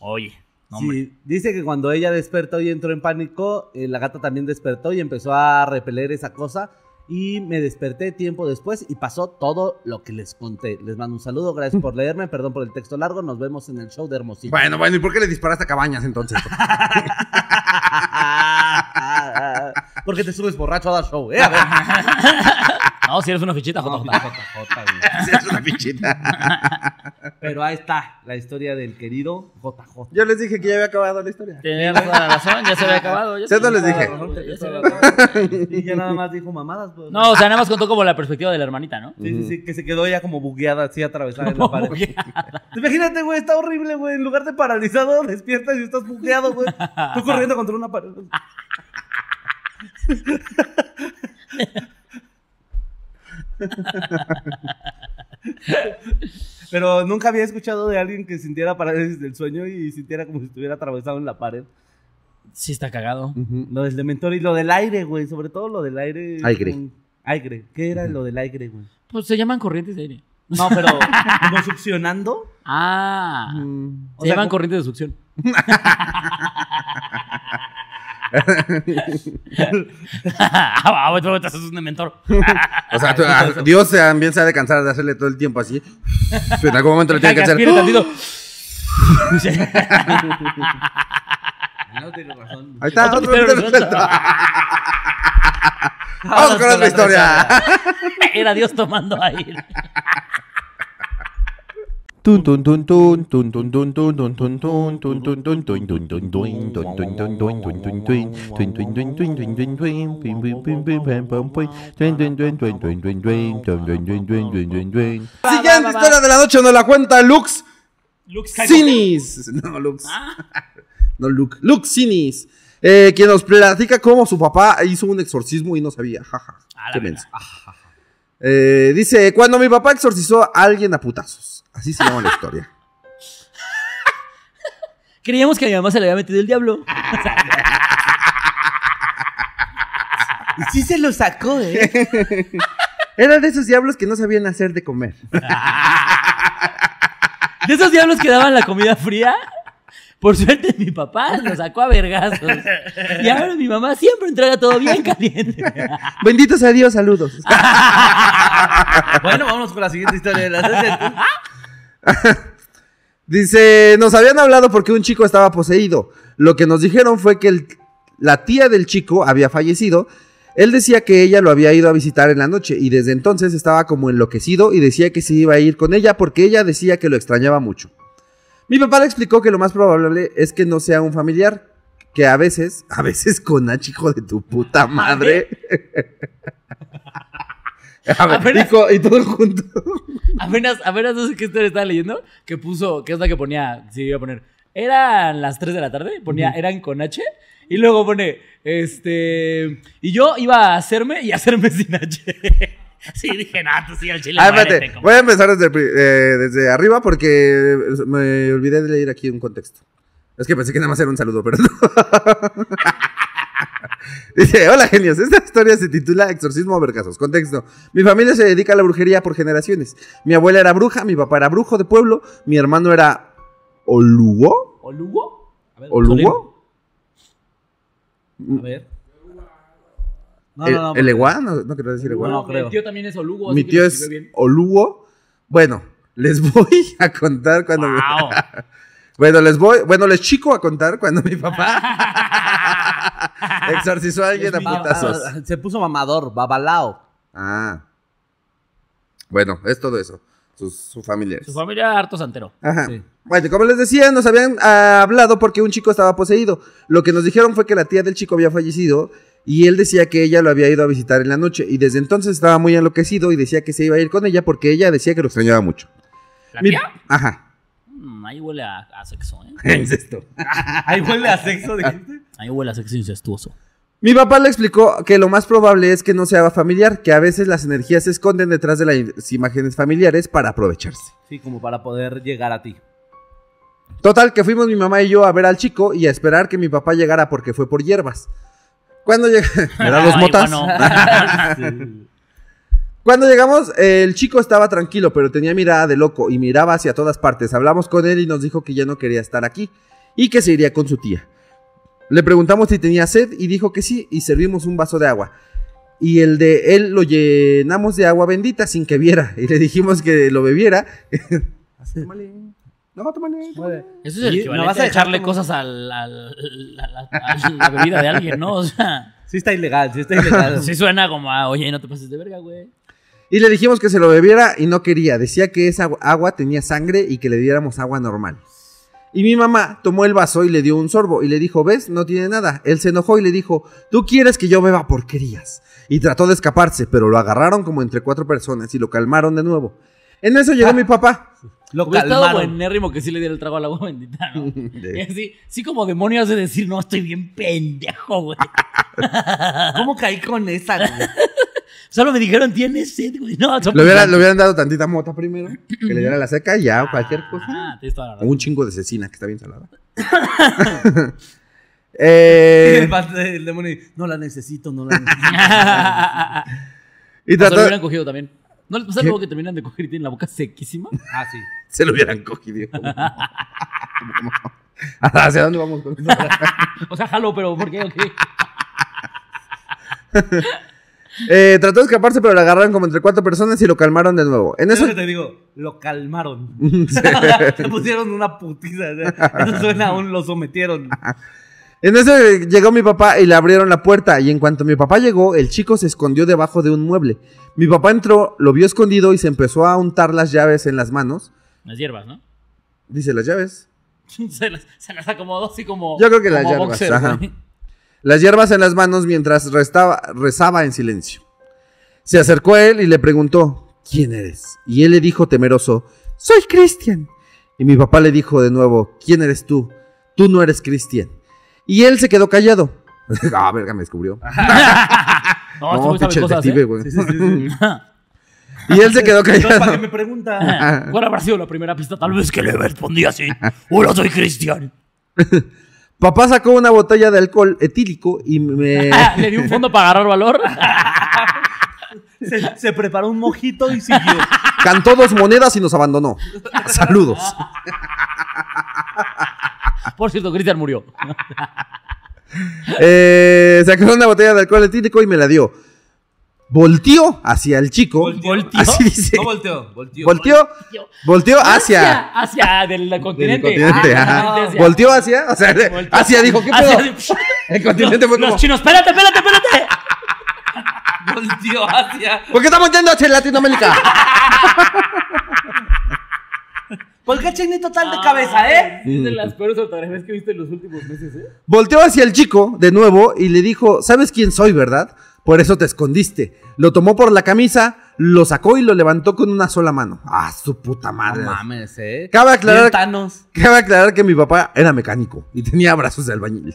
D: Oye, no,
C: Sí,
D: hombre.
C: dice que cuando ella despertó y entró en pánico, eh, la gata también despertó y empezó a repeler esa cosa. Y me desperté tiempo después y pasó todo lo que les conté. Les mando un saludo, gracias por leerme, perdón por el texto largo, nos vemos en el show de Hermosillo.
B: Bueno, bueno, ¿y por qué le disparaste a cabañas entonces?
C: Porque te subes borracho a dar show, eh? A ver.
D: No, si eres una fichita, JJ.
B: Es una pinchita.
C: Pero ahí está la historia del querido JJ.
B: Yo les dije que ya había acabado la historia.
D: Tenías toda la razón, ya se había acabado. ya se
B: Eso
D: había
B: les dije.
D: acabado, güey, ya se había acabado.
C: Y ya nada más dijo mamadas. pues.
D: No, o sea, nada más contó como la perspectiva de la hermanita, ¿no?
C: Sí, sí, sí, que se quedó ya como bugueada así atravesada en la pared. Imagínate, güey, está horrible, güey. En lugar de paralizado, despiertas y estás bugueado, güey. Tú corriendo contra una pared. Pero nunca había escuchado de alguien que sintiera parálisis del sueño y sintiera como si estuviera atravesado en la pared.
D: Sí, está cagado.
C: Lo del dementor y lo del aire, güey. Sobre todo lo del aire.
B: Aire.
C: con- Aire. ¿Qué era lo del aire, güey?
D: Pues se llaman corrientes de aire.
C: No, pero como succionando.
D: Ah,
C: O
D: se
C: sea,
D: llaman
C: como-
D: corrientes de succión. Ah, güey, tú estás un dementor.
B: O sea, tú- a- Dios también se ha de cansar de hacerle todo el tiempo así. Pero en algún momento le tiene que hacer.
D: Aspira tantito.
C: No tienes razón.
B: Ahí está, otro
D: Pero
B: video resuelto.
D: Ah,
B: Vamos con otra historia.
D: Era Dios tomando aire.
E: Tun tun tun tun tun tun tun tun tun tun tun tun tun tun tun tun tun tun tun tun tun tun tun tun tun tun tun tun tun tun tun tun pim pim pim pim pam pam pum tun tun tun tun tun tun tun tun tun tun tun tun tun tun
B: Siguiente historia de la noche nos la cuenta Lux
D: Luke
B: Sinis. No, Lux.
D: Ah.
B: No, Luke. Lux Sinis. Eh, quien nos platica cómo su papá hizo un exorcismo y no sabía. Jaja.
D: A la
B: Qué
D: verga.
B: menso. Eh, dice, cuando mi papá exorcizó a alguien a putazos. Así se llama la historia.
D: Creíamos que a mi mamá se le había metido el diablo.
C: Y sí se lo sacó, ¿eh?
B: Era de esos diablos que no sabían hacer de comer.
D: De esos diablos que daban la comida fría. Por suerte mi papá lo sacó a vergazos. Y ahora mi mamá siempre entrega todo bien caliente.
B: Bendito sea Dios, saludos.
C: Bueno, vámonos con la siguiente historia de la
B: Dice, nos habían hablado porque un chico estaba poseído. Lo que nos dijeron fue que el- la tía del chico había fallecido. Él decía que ella lo había ido a visitar en la noche y desde entonces estaba como enloquecido y decía que se iba a ir con ella porque ella decía que lo extrañaba mucho. Mi papá le explicó que lo más probable es que no sea un familiar, que a veces, a veces con H, hijo de tu puta madre. A ver,
D: Apenas-
B: y co- y todo junto.
D: Apenas, apenas no sé qué historia estaba leyendo, que puso, que es la que ponía, sí, iba a poner, eran las 3 de la tarde, ponía, eran con H, y luego pone, este, y yo iba a hacerme y hacerme sin H.
F: Sí, dije, no, tú sí al chile.
B: Ah,
F: muérete,
B: espérate.
F: compa".
B: Voy a empezar desde, el pri- eh, desde arriba porque me olvidé de leer aquí un contexto. Es que pensé que nada más era un saludo, pero no. Dice, hola genios, esta historia se titula Exorcismo a vergazos. Contexto. Mi familia se dedica a la brujería por generaciones. Mi abuela era bruja, mi papá era brujo de pueblo, mi hermano era Olugo.
D: ¿O Lugo? A ver,
B: ¿Olugo?
C: A ver. No,
B: El-
C: no, no.
B: ¿El Eguá? No, no quiero decir Eguá.
C: No,
D: Lugo.
C: creo.
D: Mi tío también es Olugo.
B: Mi
D: así que
B: tío
D: lo
B: es
D: escribió bien.
B: Olugo. Bueno, les voy a contar cuando... me-
F: Wow.
B: Bueno, les voy, bueno, les chico a contar cuando mi papá exorcizó a alguien a
C: Ma-
B: putazos.
C: ah, Se puso mamador, babalao.
B: Ah. Bueno, es todo eso. Sus, sus familiares.
F: Su familia harto santero.
B: Ajá.
C: Sí.
B: Bueno, como les decía, nos habían ah, hablado porque un chico estaba poseído. Lo que nos dijeron fue que la tía del chico había fallecido y él decía que ella lo había ido a visitar en la noche y desde entonces estaba muy enloquecido y decía que se iba a ir con ella porque ella decía que lo extrañaba mucho.
F: ¿La
B: Mi-
F: tía?
B: Ajá.
F: Mm, ahí huele a, a sexo, ¿eh?
B: Incesto.
C: Ahí huele a sexo, dijiste.
F: Ahí huele a sexo incestuoso.
B: Mi papá le explicó que lo más probable es que no sea familiar, que a veces las energías se esconden detrás de las imágenes familiares para aprovecharse.
C: Sí, como para poder llegar a ti.
B: Total, que fuimos mi mamá y yo a ver al chico y a esperar que mi papá llegara porque fue por hierbas. Cuando, lleg- ¿Me da dos
F: Ay,
B: motas?
F: bueno.
B: Cuando llegamos, el chico estaba tranquilo, pero tenía mirada de loco y miraba hacia todas partes. Hablamos con él y nos dijo que ya no quería estar aquí y que se iría con su tía. Le preguntamos si tenía sed y dijo que sí y servimos un vaso de agua. Y el de él lo llenamos de agua bendita sin que viera y le dijimos que lo bebiera. Tómale. No, tómale, tómale.
F: Eso es el
C: ¿Y
F: equivalente
C: me vas a
F: a
C: dejar
F: echarle
C: como-
F: cosas al, al- al- al- a la bebida de alguien, ¿no? O sea,
C: Sí está ilegal, sí está ilegal.
F: sí suena como a, oye, no te pases de verga, güey.
B: Y le dijimos que se lo bebiera y no quería. Decía que esa agu- agua tenía sangre y que le diéramos agua normal. Y mi mamá tomó el vaso y le dio un sorbo y le dijo, ¿ves? No tiene nada. Él se enojó y le dijo, tú quieres que yo beba porquerías. Y trató de escaparse, pero lo agarraron como entre cuatro personas y lo calmaron de nuevo. En eso llegó mi papá.
C: Lo
D: Hubiera estado
C: calmaron.
D: buenérrimo que sí le diera el trago al agua bendita, ¿no? Y
B: De-
D: así, sí como demonio hace decir, no, estoy bien pendejo, güey.
C: ¿Cómo caí con esa? güey?
D: Solo me dijeron, tienes sed, güey. No, son
B: Le, hubiera- le hubieran dado tantita mota primero, que le diera la seca y ya, cualquier cosa.
D: Ah, tienes toda la
B: O
D: razón.
B: un chingo de cecina, que está bien salada. Eh,
C: El vato- el demonio. No la necesito, no la necesito.
B: y
D: Se lo
B: trató,
D: hubieran cogido también. ¿No les pasa
B: ¿Qué?
D: luego que terminan de coger y tienen la boca sequísima?
C: Ah, sí.
B: se lo hubieran cogido. ¿Hacia dónde vamos con esto?
D: O sea, jalo, pero ¿por qué? ¿O qué?
B: Eh, trató de escaparse, pero lo agarraron como entre cuatro personas y lo calmaron de nuevo. En eso,
C: Eso te digo, lo calmaron. Te pusieron una putiza. o sea, Eso suena aún lo sometieron.
B: en eso eh, llegó mi papá y le abrieron la puerta. Y en cuanto mi papá llegó, el chico se escondió debajo de un mueble. Mi papá entró, lo vio escondido y se empezó a untar las llaves en las manos.
F: Las hierbas, ¿no?
B: Dice las llaves.
F: Se las, se las acomodó así como.
B: Yo creo que las
F: como
B: hierbas,
F: boxer,
B: ajá.
F: güey.
B: las hierbas en las manos mientras restaba- rezaba en silencio. Se acercó a él y le preguntó, ¿quién eres? Y él le dijo temeroso, soy Cristian. Y mi papá le dijo de nuevo, ¿quién eres tú? Tú no eres Cristian. Y él se quedó callado. ah, verga, me descubrió.
F: No, este
B: No,
F: güey sabe
B: pinche
F: cosas.
B: detective,
F: ¿eh?
B: güey.
C: Sí, sí, sí, sí.
B: Y él se quedó
C: Entonces, ¿para qué
B: callado.
C: me pregunta?
F: ¿Cuál habrá sido la primera pista? Tal vez que le respondí así. Hola, soy Cristian.
B: Eh. Papá sacó una botella de alcohol etílico y me...
F: Ah, Le di un fondo para agarrar valor.
C: Se, se preparó un mojito y siguió.
B: cantó dos monedas y nos abandonó. Saludos.
D: Por cierto, Cristian murió.
B: Eh, sacó una botella de alcohol etílico y me la dio. Volteó hacia el chico.
G: Volteó.
C: Ah,
B: Así dice.
G: No volteó, volteó.
B: Volteó, volteó hacia.
D: Hacia del continente.
B: continente,
D: Ah,
B: ajá.
D: continente hacia-
B: Volteó hacia, o sea, hacia dijo, ¿qué
D: hacia-
B: pedo? El continente fue
D: Los,
B: como,
D: los chinos, espérate, espérate, espérate.
G: Volteó hacia.
B: ¿por qué estamos yendo hacia Latinoamérica?
C: Chinito total de cabeza, eh?
D: Es de las peores fotografías que he visto en los últimos meses, ¿eh?
B: Volteó hacia el chico de nuevo y le dijo, ¿sabes quién soy, verdad? Por eso te escondiste. Lo tomó por la camisa, lo sacó y lo levantó con una sola mano. Ah, su puta
C: No
B: madre.
C: mames, eh.
B: Cabe aclarar-
C: Bien Thanos.
B: Cabe aclarar que mi papá era mecánico y tenía brazos de albañil.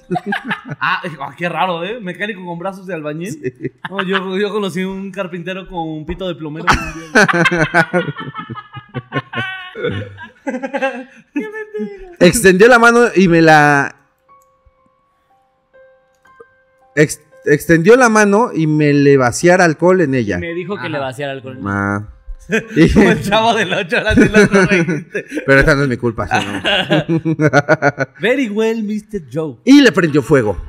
C: Ah, ah, qué raro, eh. Mecánico con brazos de albañil. No, yo, yo conocí un carpintero con un pito de plomero.
B: Extendió la mano y me la. Ex- extendió la mano y me le vaciara alcohol en ella.
D: Me dijo que le vaciara alcohol.
B: Ma. Y-
C: Como el chavo del 8 horas del otro reíste.
B: pero esta no es mi culpa. sí, no.
C: Very well, Mr. Joe.
B: Y le prendió fuego.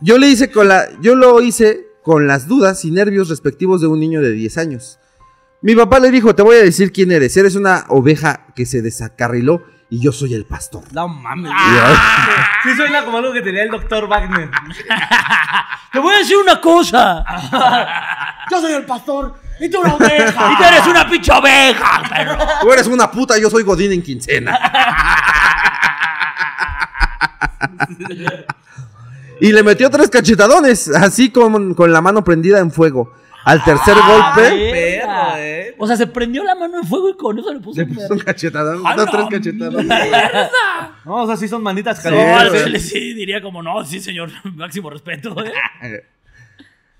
B: Yo le hice con la. Yo lo hice con las dudas y nervios respectivos de un niño de 10 años. Mi papá le dijo: Te voy a decir quién eres. Eres una oveja que se desacarriló y yo soy el pastor.
C: No mames.
B: Y ahora-
C: Ah. Sí suena como algo que tenía el doctor Wagner.
D: Te voy a decir una cosa.
C: Yo soy el pastor y tú la oveja.
D: Y tú eres una pinche oveja, perro.
B: Tú eres una puta, yo soy Godín en quincena. y le metió tres cachetadones, así con, con la mano prendida en fuego. Al tercer
D: Ah,
B: golpe,
C: perro, eh.
D: O sea, se prendió la mano en fuego y con eso le puso
B: le
D: un
B: puso un cachetadón,
D: ¡A
B: unos
D: la
B: tres cachetadones.
C: No, o sea, sí son manitas
D: No, al
C: calientes.
D: chile sí, diría como no, sí, señor, máximo respeto. ¿eh?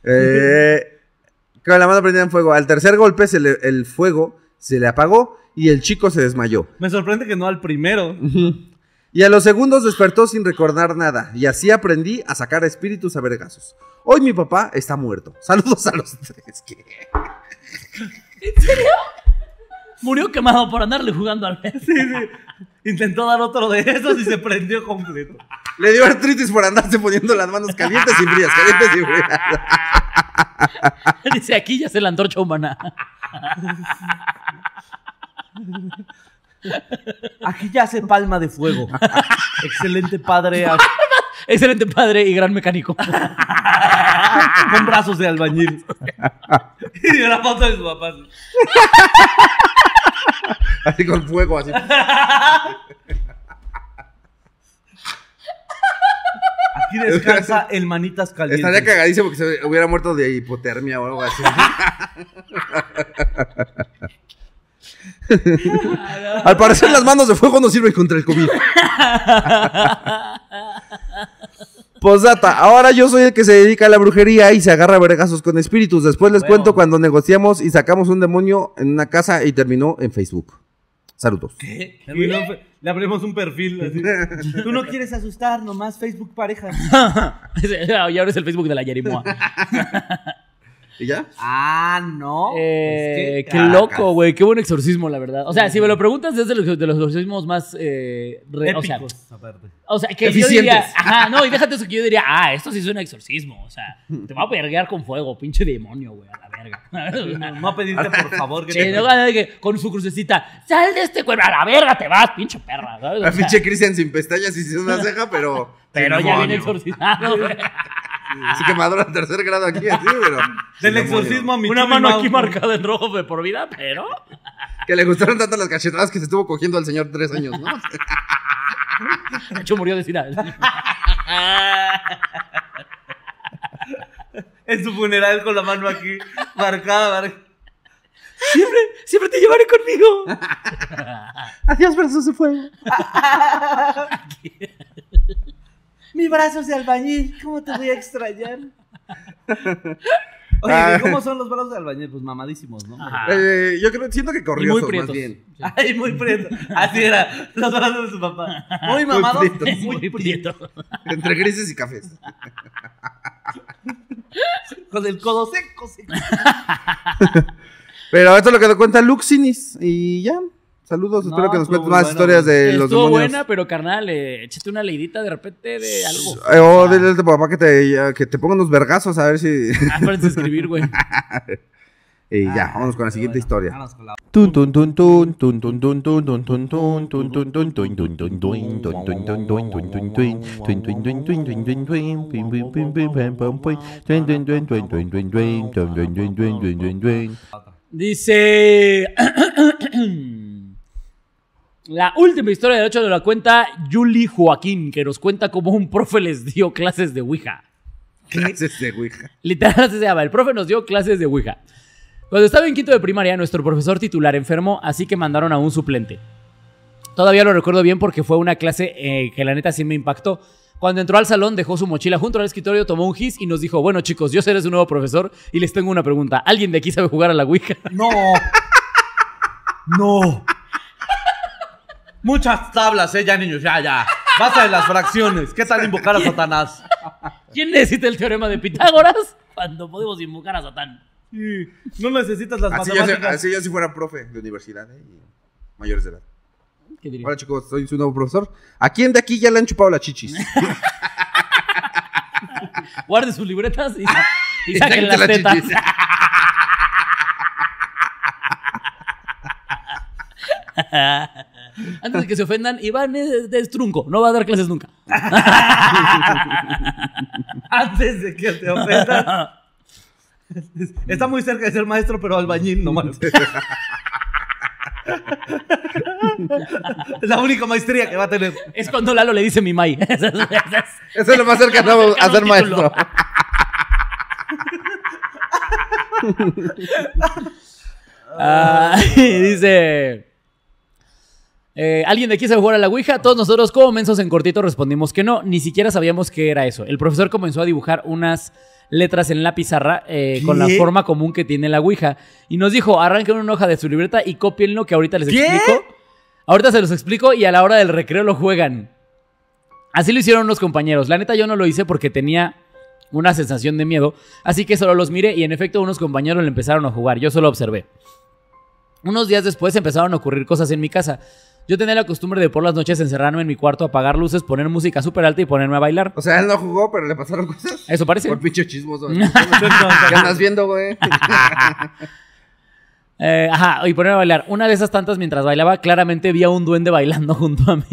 B: Eh, con la mano prendida en fuego. Al tercer golpe, se le- el fuego se le apagó y el chico se desmayó.
C: Me sorprende que no al primero.
B: Y a los segundos despertó sin recordar nada. Y así aprendí a sacar espíritus a vergazos. Hoy mi papá está muerto. Saludos a los tres. ¿Qué?
D: Murió quemado por andarle jugando al mes.
C: Intentó dar otro de esos y se prendió completo.
B: Le dio artritis por andarse poniendo las manos calientes y frías. Calientes y frías.
D: Dice, aquí ya se la antorcha humana.
C: Aquí ya hace palma de fuego. Excelente padre a-
D: Excelente padre y gran mecánico.
C: con brazos de albañil.
G: Y dio la foto de su papá.
B: Así con fuego, así.
C: Aquí descansa el manitas calientes.
B: Estaría cagadísimo que se hubiera muerto de hipotermia o algo así. Al parecer las manos de fuego no sirven contra el COVID. Posdata, ahora yo soy el que se dedica a la brujería y se agarra a vergazos con espíritus. Después les cuento cuando negociamos y sacamos un demonio en una casa y terminó en Facebook. Saludos.
C: Terminó en fe- Le abrimos un perfil así. Tú no quieres asustar, nomás Facebook pareja.
D: Dice, "Ah, Y ahora es el Facebook de la Yerimoa.
B: ¿Y ya?
C: Ah, no.
D: Eh,
C: Pues, ¿qué?
D: qué loco, güey. Qué buen exorcismo, la verdad. O sea, si me lo preguntas, es de los, de los exorcismos más. eh, re- o sea,
C: Épicos, aparte.
D: O sea, que yo
B: Eficientes.
D: diría, ajá, no, y déjate eso que yo diría, ah, esto sí es un exorcismo, o sea, te va a verguear con fuego, pinche demonio, güey, a la verga.
C: No pedirte por favor que
D: Che,
C: te-
D: no ganas de que con su crucecita, sal de este cuerpo, a la verga te vas, pinche perra, ¿sabes? O sea,
B: La pinche Cristian sin pestañas y sin una ceja, pero.
D: pero ya viene
B: Demonio.
D: exorcizado, güey.
B: Se quemador al tercer grado aquí, así, pero.
C: Del
B: demonio.
C: exorcismo a mi
D: Una
C: Chuy
D: mano
C: Mau.
D: aquí marcada en rojo de por vida, pero
B: Que le gustaron tanto las cachetadas que se estuvo cogiendo al señor tres años, ¿no?
D: de hecho murió de sida.
C: En su funeral con la mano aquí marcada. mar-
D: Siempre, siempre te llevaré conmigo.
B: Adiós, brazos de fuego.
C: Mi brazo de albañil, ¿cómo te voy a extrañar? Oye,
B: Ah.
C: ¿y ¿cómo son los brazos de albañil? Pues mamadísimos, ¿no?
B: Eh, yo creo, siento que
D: Ah. Y
B: corrioso,
D: muy
B: más
D: prietos.
B: bien.
C: Ay, muy prieto. Así era, los brazos de su papá. Muy mamado, muy
B: prietos.
C: prieto.
D: Muy prieto.
B: Entre grises y cafés.
C: Con el codo seco, seco.
B: Pero esto es lo que te cuenta Luxinis. Y ya. Saludos,
D: No,
B: espero que nos
D: estuvo
B: cuentes más
D: buena,
B: historias de Eh, los
D: Estuvo
B: demonios.
D: buena, pero carnal, eh, échate una leidita de repente de algo.
B: Eh, O dile a tu papá que te, que te ponga unos vergazos a ver si.
D: Ah, para de escribir, güey.
B: y
D: Ah,
B: ya, vámonos con la siguiente historia.
C: Vámonos con la-
E: Tun, tun, tun, tun, tun, tun, tun, tun, tun, tun, tun, tun, tun, tun, tun, tun, tun, tun, tun, tun, tun, tun, tun, tun, tun, tun, tun, tun, tun, tun, tun, tun, pim, pim, pim, pim, pam, pam, pum, tun, tun, tun, tun, tun, tun, tun, tun, tun, tun, tun, tun, tun, tun.
D: Dice. La última historia del 8 de la cuenta Yuli Joaquín, que nos cuenta cómo un profe les dio clases de Ouija.
B: Gracias de Ouija.
D: Literal así se llama. El profe nos dio clases de Ouija. Cuando estaba en quinto de primaria, nuestro profesor titular enfermó, así que mandaron a un suplente. Todavía lo recuerdo bien porque fue una clase eh, que la neta sí me impactó. Cuando entró al salón, dejó su mochila junto al escritorio, tomó un gis y nos dijo, bueno chicos, yo seré su nuevo profesor y les tengo una pregunta. ¿Alguien de aquí sabe jugar a la Ouija?
G: No. No. Muchas tablas, eh, ya niños, ya, ya. Basta de las fracciones. ¿Qué tal invocar a Satanás?
D: ¿Quién necesita el teorema de Pitágoras? Cuando podemos invocar a Satán.
G: No necesitas las
B: Así yo, si,
G: matemáticas.
B: así yo si fuera profe de universidad ¿eh? y mayores de edad.
D: ¿Qué diría?
B: Hola chicos, soy su nuevo profesor. ¿A quién de aquí ya le han chupado las chichis?
D: Guarde sus libretas y, y saquen las
B: Sáquense las
D: tetas.
B: chichis.
D: Antes de que se ofendan, Iván es, es trunco, no va a dar clases nunca.
G: Antes de que te ofendas. Está muy cerca de ser maestro, pero albañil nomás. Es la única maestría que va a tener.
D: Es cuando Lalo le dice mi Mai. Esa es- esa es-
B: Eso es lo más cerca que vamos a
D: Cercano
B: ser
D: un
B: maestro.
D: título. Ah, dice. eh, ¿Alguien de aquí sabe jugar a la Ouija? Todos nosotros, como mensos en cortito, respondimos que no. Ni siquiera sabíamos qué era eso. El profesor comenzó a dibujar unas letras en la pizarra eh, con la
G: ¿Qué?
D: forma común que tiene la Ouija. Y nos dijo, arranquen una hoja de su libreta y copien lo que ahorita les explico. Ahorita se los explico y a la hora del recreo lo juegan. Así lo hicieron unos compañeros. La neta yo no lo hice porque tenía una sensación de miedo, así que solo los miré y en efecto unos compañeros le empezaron a jugar, yo solo observé. Unos días después empezaron a ocurrir cosas en mi casa. Yo tenía la costumbre de por las noches encerrarme en mi cuarto, apagar luces, poner música súper alta y ponerme a bailar.
B: O sea, él no jugó, pero le pasaron cosas.
D: Eso parece.
B: Por pinche chismoso. ¿Qué andas viendo, güey?
D: Eh, ajá, y ponerme a bailar. Una de esas tantas mientras bailaba, claramente vi a un duende bailando junto a mí.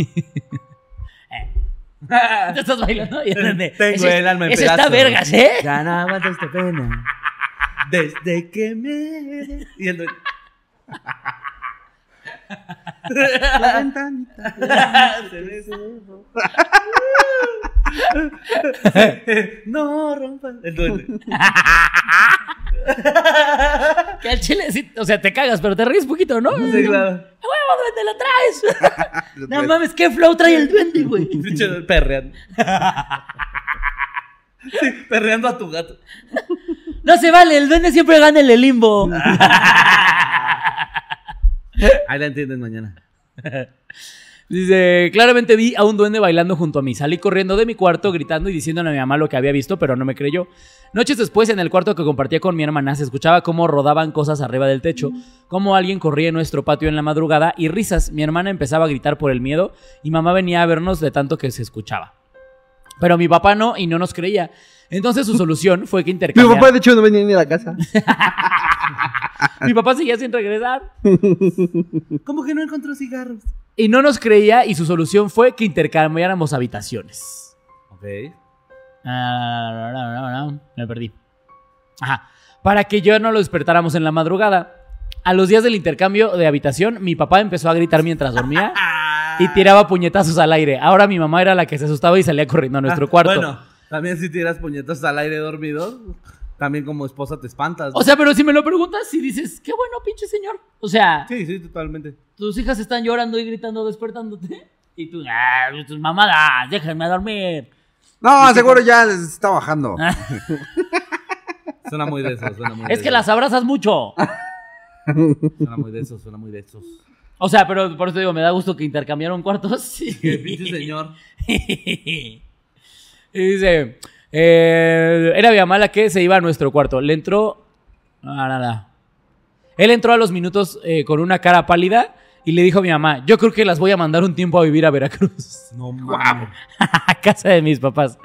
D: ¿Te estás bailando? Y duende,
G: Eh. Tengo
D: "Ese-
G: el alma en
D: ese está
G: pedazos".
D: vergas, ¿eh?
G: Ya no aguanto esta pena. Desde que me. Y el duende. La ventanita. se me cerró. no rompas. El duende.
D: Que al chile, sí, o sea, te cagas, pero te ríes poquito, ¿no?
G: Sí, claro.
D: ¡A huevo, duende, lo traes! no mames, qué flow trae el duende, güey.
G: Pinche Perreando. Sí, perreando a tu gato.
D: No se vale, el duende siempre gana en el limbo.
G: Ahí la entienden mañana.
D: Dice, claramente vi a un duende bailando junto a mí. Salí corriendo de mi cuarto gritando y diciéndole a mi mamá lo que había visto, pero no me creyó. Noches después, en el cuarto que compartía con mi hermana, se escuchaba cómo rodaban cosas arriba del techo, cómo alguien corría en nuestro patio en la madrugada y risas. Mi hermana empezaba a gritar por el miedo y mamá venía a vernos de tanto que se escuchaba. Pero mi papá no y no nos creía. Entonces su solución fue que
B: Mi
D: intercambiara...
B: papá, de hecho, no venía ni a la casa.
D: Mi papá seguía sin regresar.
G: ¿Cómo que no encontró cigarros?
D: Y no nos creía y su solución fue que intercambiáramos habitaciones.
G: Ok.
D: Ah, Me perdí. Ajá. Para que yo no lo despertáramos en la madrugada. A los días del intercambio de habitación, mi papá empezó a gritar mientras dormía y tiraba puñetazos al aire. Ahora mi mamá era la que se asustaba y salía corriendo a nuestro
G: Ah,
D: cuarto.
G: Bueno, también si tiras puñetas al aire dormido, también como esposa te espantas. ¿no?
D: O sea, pero si me lo preguntas, si dices, qué bueno, pinche señor. O sea,
G: sí, sí, totalmente.
D: tus hijas están llorando y gritando, despertándote. Y tú, ah, tus mamadas, déjenme dormir.
B: No, seguro ya les está bajando.
D: Ah,
G: Suena muy de esos, suena muy de
D: Es que
G: esos,
D: las abrazas mucho.
G: Suena muy de esos, suena muy de esos.
D: O sea, pero por eso digo, me da gusto que intercambiaron cuartos.
G: Que pinche señor.
D: y dice, eh, era mi mamá la que se iba a nuestro cuarto. Le entró... Ah, nada. Él entró a los minutos eh, con una cara pálida y le dijo a mi mamá, yo creo que las voy a mandar un tiempo a vivir a Veracruz.
G: No mames.
D: a casa de mis papás.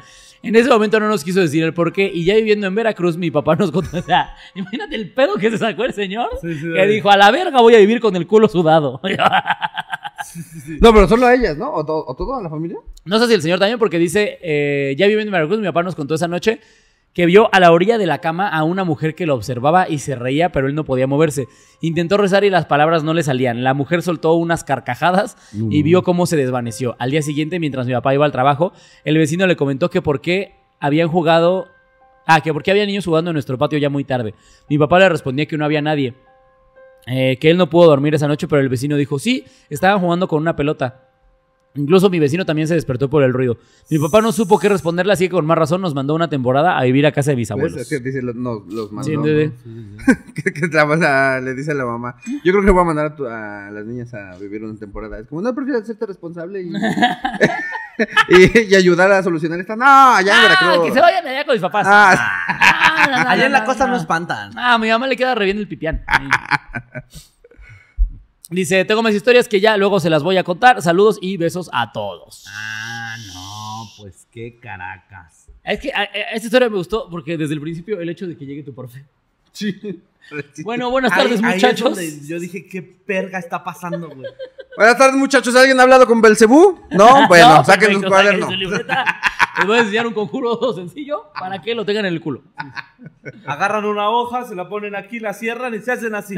D: En ese momento no nos quiso decir el por qué y ya viviendo en Veracruz mi papá nos contó, o sea, imagínate el pedo que se sacó el señor
G: Sí, sí,
D: que dijo, a la verga voy a vivir con el culo sudado.
B: No, pero solo ellas, ¿no? ¿O, to- o toda la familia?
D: No sé si el señor también, porque dice, eh, ya viviendo en Veracruz, mi papá nos contó esa noche que vio a la orilla de la cama a una mujer que lo observaba y se reía, pero él no podía moverse. Intentó rezar y las palabras no le salían. La mujer soltó unas carcajadas y vio cómo se desvaneció. Al día siguiente, mientras mi papá iba al trabajo, el vecino le comentó que por qué habían jugado... Ah, que por qué había niños jugando en nuestro patio ya muy tarde. Mi papá le respondía que no había nadie. Eh, que él no pudo dormir esa noche, pero el vecino dijo, sí, estaban jugando con una pelota. Incluso mi vecino también se despertó por el ruido. Mi papá no supo qué responderle, así que con más razón nos mandó una temporada a vivir a casa de mis abuelos.
B: Es que dice, lo- no, los mandó.
D: Sí,
B: ¿no?
D: de-
B: que, que la- o sea, le dice a la mamá, yo creo que voy a mandar a, tu- a las niñas a vivir una temporada. Es como, no, prefiero hacerte responsable y, y, y ayudar a solucionar esta. No, ya en
D: ¡Ah,
B: Veracruz.
D: que se vayan allá con mis papás.
B: Ah,
D: Ah, no, no,
G: Allá en
D: no,
G: la costa
D: no.
G: no espantan.
D: Ah, mi mamá le queda re bien el pipián. Ahí. Dice, tengo más historias que ya luego se las voy a contar. Saludos y besos a todos.
G: Ah, no, pues qué caracas.
D: Es que a- a- esta historia me gustó porque desde el principio el hecho de que llegue tu profe.
B: sí.
D: Bueno, buenas
G: Ahí-
D: tardes
G: ahí es
D: muchachos.
G: donde yo dije, qué perga está pasando, güey.
B: Buenas tardes, muchachos. ¿Alguien ha hablado con Belcebú? No, bueno,
D: No,
B: saquen
D: perfecto,
B: los cuadernos.
D: su libreta. Les voy a enseñar un conjuro sencillo para que lo tengan en el culo.
G: Agarran una hoja, se la ponen aquí, la cierran y se hacen así.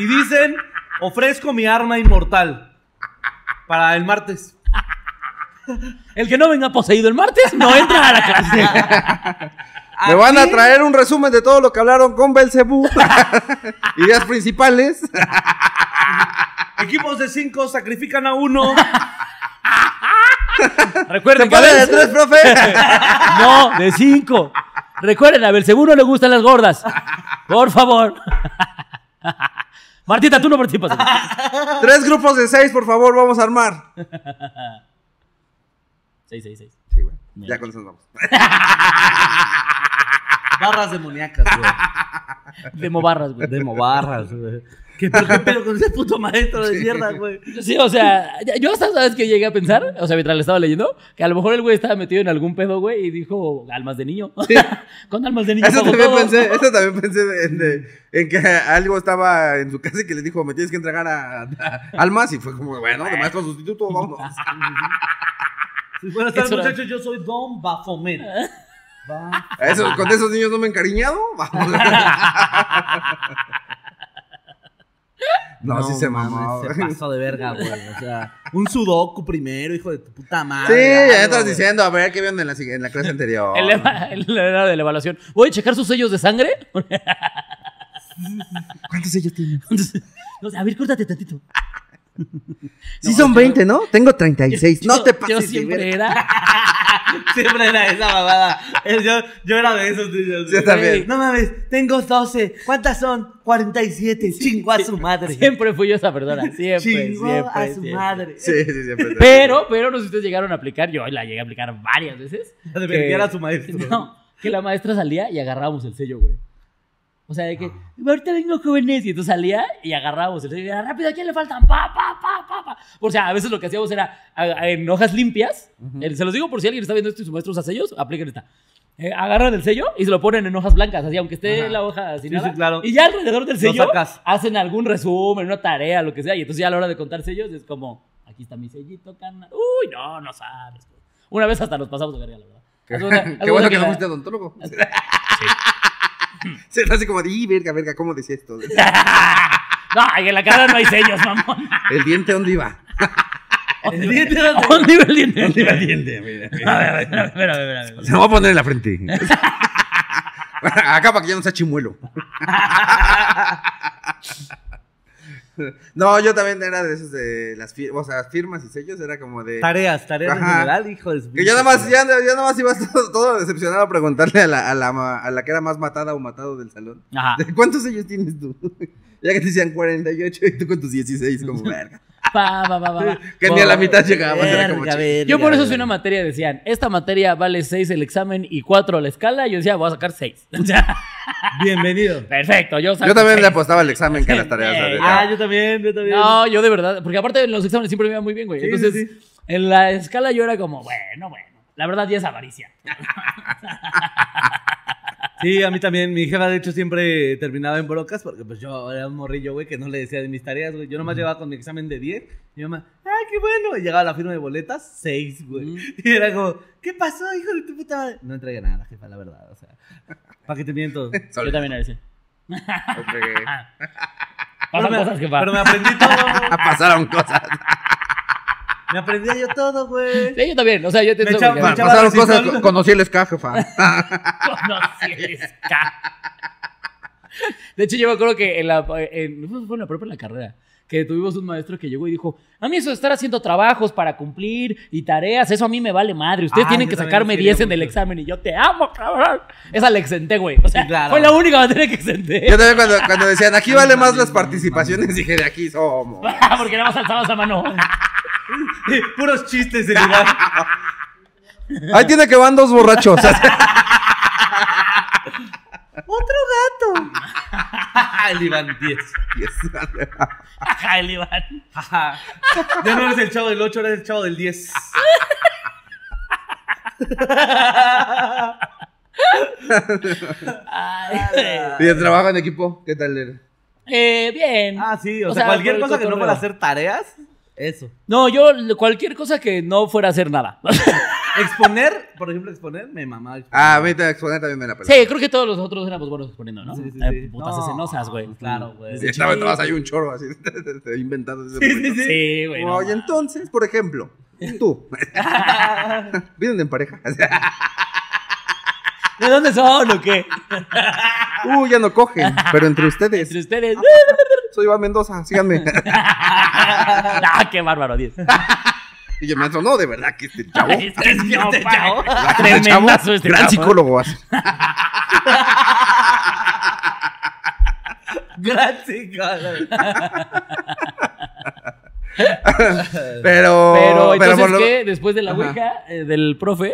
G: Y dicen, ofrezco mi arma inmortal para el martes.
D: El que no venga poseído el martes no entra a la clase.
B: Me van a traer un resumen de todo lo que hablaron con Belcebú. Ideas principales.
G: Equipos de cinco sacrifican a uno.
B: ¿Se
D: Recuerden que a
B: puede de
D: Belce-
B: tres, profe?
D: No, de cinco. Recuerden, a Belcebú no le gustan las gordas. Por favor. Martita, tú no participas.
B: tres grupos de seis, por favor, vamos a armar.
D: Seis, seis, seis.
B: Sí, bueno, ya con eso nos vamos.
G: Barras demoníacas, güey.
D: Demo barras, güey.
G: Demo barras, güey. ¿Qué pero qué pedo con ese puto maestro de mierda, güey?
D: Sí, o sea, ya- yo hasta sabes que llegué a pensar, o sea, mientras le estaba leyendo, que a lo mejor el güey estaba metido en algún pedo, güey, y dijo almas de niño. Con almas de niño.
B: Eso
D: pago
B: también
D: todo.
B: pensé, eso también pensé de- de- en que algo estaba en su casa y que le dijo, me tienes que entregar a, a Almas y fue como, bueno, de maestro sustituto, vamos.
G: Sí, Buenas tardes,
D: Eso era.
G: muchachos. Yo soy Don Bafomet.
B: Eso, con esos niños no me he encariñado. Vamos. No, sí se
G: mames,
B: mamó.
G: Se
B: güey.
G: pasó de verga, güey. O sea, un sudoku primero, hijo de tu puta
B: Sí,
G: madre.
B: ya
G: algo,
B: estás
G: güey.
B: diciendo, a ver, ¿qué vieron en la, sig- en la clase anterior?
D: El, eva- el- la hora de la evaluación. Voy a checar sus sellos de sangre.
B: ¿Cuántos ellos tienen?
D: No sé, a ver, córtate tantito.
B: Sí son 20, ¿no? Tengo 36. No
D: Yo-
B: te pases.
D: Yo
B: de
D: siempre
B: verga.
D: era.
G: Siempre era esa mamada. Es- Yo, yo era de esos niños.
B: Yo
G: güey.
B: también.
G: No mames, tengo 12. ¿Cuántas son? 47. Chingo a su madre.
D: Siempre fui yo esa persona. Siempre.
C: pues,
G: Chingo
D: siempre,
G: a su
D: siempre.
G: madre.
B: Sí, sí, siempre.
D: Pero, pero no sé si ustedes llegaron a aplicar. Yo la llegué a aplicar varias veces.
G: A defender a su maestro.
D: No, que la maestra salía y agarrábamos el sello, güey. O sea, de que ahorita vengo jóvenes y entonces salía y agarrábamos el sello. Y era, rápido, ¿a quién le faltan? Pa, pa, pa, pa, pa. O sea, a veces lo que hacíamos era a- a- en hojas limpias. Eh, Se los digo por si alguien está viendo esto y su maestro usa sellos, apliquen esta. Eh, agarran el sello y se lo ponen en hojas blancas, así aunque esté
G: Ajá.
D: la hoja sin
G: Sí,
D: nada.
G: sí, claro.
D: Y ya alrededor del
G: Lo
D: sello
G: sacas.
D: hacen algún resumen, una tarea, lo que sea. Y entonces ya a la hora de contar sellos es como, aquí está mi sellito, carnal. Uy, no, no sabes. güey. Una vez hasta nos pasamos de verga, la verdad. Haz de cuenta- haz de
B: Qué bueno
D: cuenta
B: que no
D: la-
B: fuiste odontólogo. Se hace como, de, y verga, verga, ¿cómo decía esto?
D: No, ay, en la cara no hay sellos, mamón.
B: El diente, ¿dónde iba?
D: ¿Dónde iba el diente? ¿Dónde iba el diente? A ver, a ver, a ver, a ver, a ver.
B: Se me va a poner en la frente. Acá para que ya no sea chimuelo. No, yo también era de esos de las fir- o sea, firmas y sellos, era como de...
G: Tareas, tareas en
B: Ajá.
G: general, hijo de su
B: Que yo nada más, ya, ya nada más iba todo, todo decepcionado a preguntarle a la, a, la, ma- a la que era más matada o matado del salón.
D: Ajá.
B: ¿De ¿Cuántos sellos tienes tú? Ya que te decían 48 y tú con tus 16, como verga.
D: Pa, pa, pa, pa, pa.
B: Que ni a la mitad llegabas, era como
D: Verga,
B: chis-
D: verga, Yo por eso soy una materia decían, esta materia vale 6 el examen y 4 la escala. Yo decía, voy a sacar 6. O sea,
G: Bienvenido.
D: perfecto, yo saco
B: Yo también le
D: seis.
B: apostaba al examen que a las tareas.
D: Ah,
B: de-
G: Ah, yo también, yo también.
D: No, yo de verdad, porque aparte en los exámenes siempre me iba muy bien, güey.
G: Sí,
D: Entonces,
G: sí,
D: en la escala yo era como, bueno, bueno. La verdad ya es avaricia.
G: Sí, a mí también. Mi jefa, de hecho, siempre terminaba en brocas porque pues yo era un morrillo, güey, que no le decía de mis tareas, güey. Yo nomás llevaba con mi examen de 10. Mi mamá, ah, qué bueno. Y llegaba la firma de boletas, 6, güey. Y era como, ¿qué pasó, hijo de tu puta madre? No entregué nada, jefa, la verdad. O sea, ¿para qué te miento?
B: Sorry.
D: Yo también era así.
B: Ok.
D: Pasan
G: pero, me,
D: cosas que
G: pero
D: pasan.
G: me aprendí todo.
B: Pasaron cosas.
G: Me aprendí yo todo, güey.
D: Sí, yo también. O sea, yo te
G: Me
D: entiendo,
G: echaba-
D: güey.
G: me
B: Pa-
G: echaba
B: Pasaron
G: la
B: cosas.
G: cintón.
B: Conocí el SK, jefa.
D: Conocí el ska. De hecho, yo me acuerdo que en la, en, no fue en la propia en la carrera, que tuvimos un maestro que llegó y dijo, a mí eso de estar haciendo trabajos para cumplir y tareas, eso a mí me vale madre. Ustedes
G: Ah,
D: tienen
G: yo
D: que
G: también
D: sacarme
G: los quería
D: 10 en el
G: mucho.
D: examen y yo te amo, cabrón. Esa la exenté, güey. O sea,
G: Sí, claro.
D: fue la única materia que exenté.
B: Yo también cuando, cuando decían, aquí vale más las participaciones, dije, de aquí somos.
D: Porque nada más alzabas la mano.
G: Puros chistes de verdad.
B: Ahí tiene que van dos borrachos.
G: ¡Otro gato! el Iván 10.
D: Ajá, el Iván.
G: Ajá. Ya no eres el chavo del 8, eres el chavo del 10.
D: Ay.
B: y el trabajo en equipo, ¿qué tal era?
D: Eh, bien.
G: Ah, sí, o,
D: O
G: sea,
D: sea,
G: cualquier
D: por el
G: cosa que no
D: cotorreo.
G: fuera hacer tareas, eso.
D: No, yo cualquier cosa que no fuera a hacer nada.
G: Exponer, por ejemplo, exponer, me mamaba. exponer.
B: Ah, ahorita exponer también me la pelé.
D: Sí, creo que todos los otros éramos buenos exponiendo, ¿no?
G: Sí, sí,
D: Eh,
G: sí.
D: putas
G: No,
D: escenosas, güey.
G: Claro, güey.
B: Sí, estaban todas ahí un chorro así, inventando. ese momento.
D: Sí, güey. no
B: Oye,
D: mames.
B: entonces, por ejemplo, tú. Vienen en pareja.
D: ¿De dónde son o qué?
B: Uh, ya no cogen, pero entre ustedes.
D: Entre ustedes.
B: Soy Iván Mendoza, síganme.
D: ah, qué bárbaro, 10.
B: Y yo me no, de verdad, que este chavo.
D: Es que es no, pavo.
B: Este chavo,
D: Tremendazo este
B: gran
D: chavo.
B: psicólogo. así.
G: Gran psicólogo.
B: Pero,
D: Pero
B: pero
D: entonces,
B: por lo-
D: ¿qué? Después de la
B: Ajá.
D: ouija eh, del profe,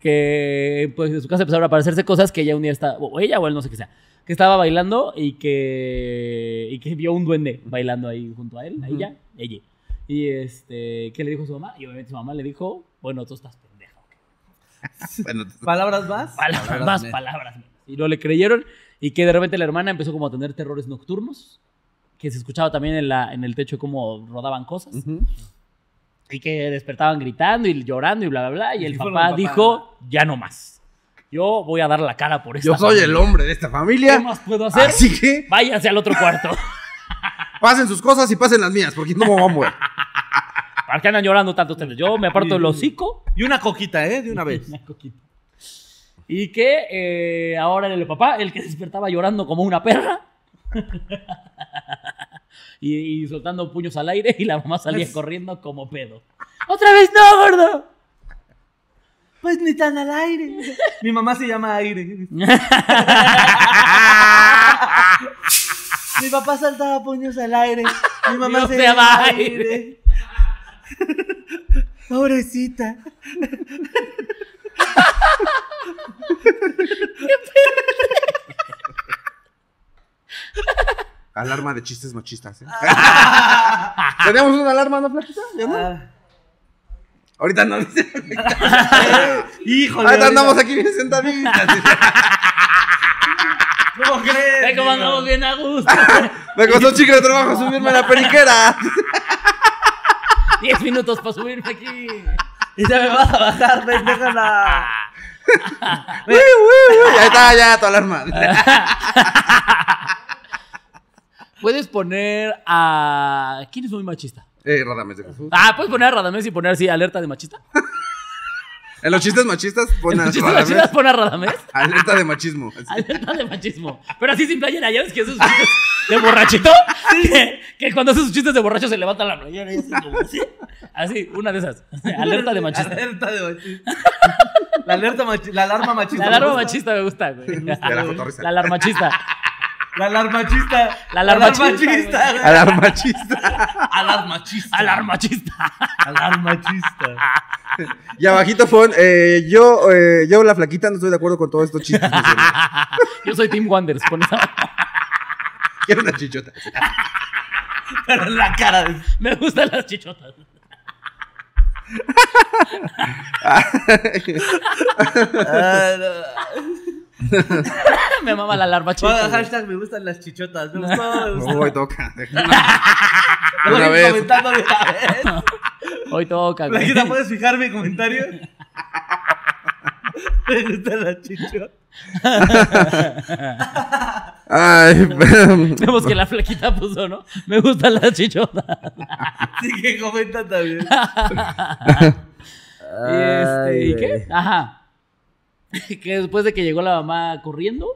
D: que pues de su casa empezaron a aparecerse cosas que ella un día está, o ella o él, no sé qué sea, que estaba bailando y que, y que vio un duende bailando ahí junto a él, a ella, ella. Y este, ¿qué le dijo su mamá? Y obviamente su mamá le dijo, bueno, tú estás pendejo.
B: Bueno,
G: Palabras más.
D: Palabras más,
G: menos.
D: palabras menos. Y no le creyeron y que de repente la hermana empezó como a tener terrores nocturnos, que se escuchaba también en, la, en el techo como rodaban cosas.
B: ujú.
D: Y que despertaban gritando y llorando y bla, bla, bla. Y el
G: Sí,
D: papá,
G: fueron papá.
D: dijo, ya no más. Yo voy a dar la cara por esta
B: Yo soy el
D: familia.
B: hombre de esta
D: ¿Qué
B: familia.
D: más puedo hacer?
B: Así que
D: Váyanse al otro cuarto.
B: pasen sus cosas y pasen las mías, porque no me voy a mover.
D: ¿Para qué andan llorando tanto ustedes? Yo me aparto el hocico.
G: Y una coquita, ¿eh? De una vez.
D: Una coquita. Y que eh, ahora era el papá, el que despertaba llorando como una perra. y, y soltando puños al aire y la mamá salía corriendo como pedo. ¡Otra vez no, gordo!
G: Pues ni tan al aire. Mi mamá se llama Aire. Mi papá saltaba puños al aire. Mi mamá
D: Dios
G: se
D: te
G: llama
D: aire.
G: Aire. Pobrecita.
B: Alarma de chistes machistas. ¿eh? Teníamos una alarma, ¿no, Flaquita? ¿Ya no? Ahorita no.
G: Híjole.
B: Ahorita andamos
G: ahorita.
B: aquí bien sentaditas.
G: ¿Cómo crees?
D: Ve cómo andamos bien a gusto.
B: Me costó un chico de trabajo subirme a la periquera.
D: 10 minutos para subirme aquí.
G: Y ya me vas a bajar, pendejala.
B: Uy, uy, uy. Ahí está ya tu alarma.
D: Puedes poner a. ¿Quién es muy machista?
B: Eh, Radames de Jesús.
D: Ah, puedes poner a Radamés y poner así alerta de machista.
B: En los chistes machistas pon a
D: Machista
B: Radamés.
D: machista, pon a Radamés.
B: Alerta de machismo. Así.
D: Alerta de machismo. Pero así sin playera, ¿ya ves que esos chistes de borrachito? Que, que cuando hace sus chistes de borracho se levanta la playera y así como así. Así, una de esas. Alerta de machista.
G: Alerta de machista. La alerta machi- la alarma machista.
D: La
G: me
D: alarma
G: gusta.
D: machista me gusta, güey.
B: la cotorriza.
D: La alarma machista.
G: La alarmachista.
D: La alarmachista,
G: alarmachista.
B: Alarmachista.
G: Alarmachista.
D: Alarmachista.
G: Alarmachista.
B: Y abajito pon, eh, yo, eh, yo la flaquita no estoy de acuerdo con todos estos chistes. miserables.
D: Yo soy Tim Wanders. pon esa-
B: Quiero una chichota.
G: Pero en la cara de...
D: Me gustan las chichotas. Me mama la alarmachista.
G: Bueno,
D: güey.
G: hashtag me gustan las chichotas. Me gustó, me gustó.
B: Uy, toca.
G: Lo
B: Una
G: voy
B: vez.
G: comentando de una vez.
D: Hoy toca, güey.
G: Blanquita, ¿puedes fijar mi comentario? Me gustan las chichotas.
B: Ay,
D: Vemos que la flaquita puso, ¿no? Me gustan las chichotas.
G: Así que comenta también.
D: Y, este, ¿Y qué? Ajá. Que después de que llegó la mamá corriendo,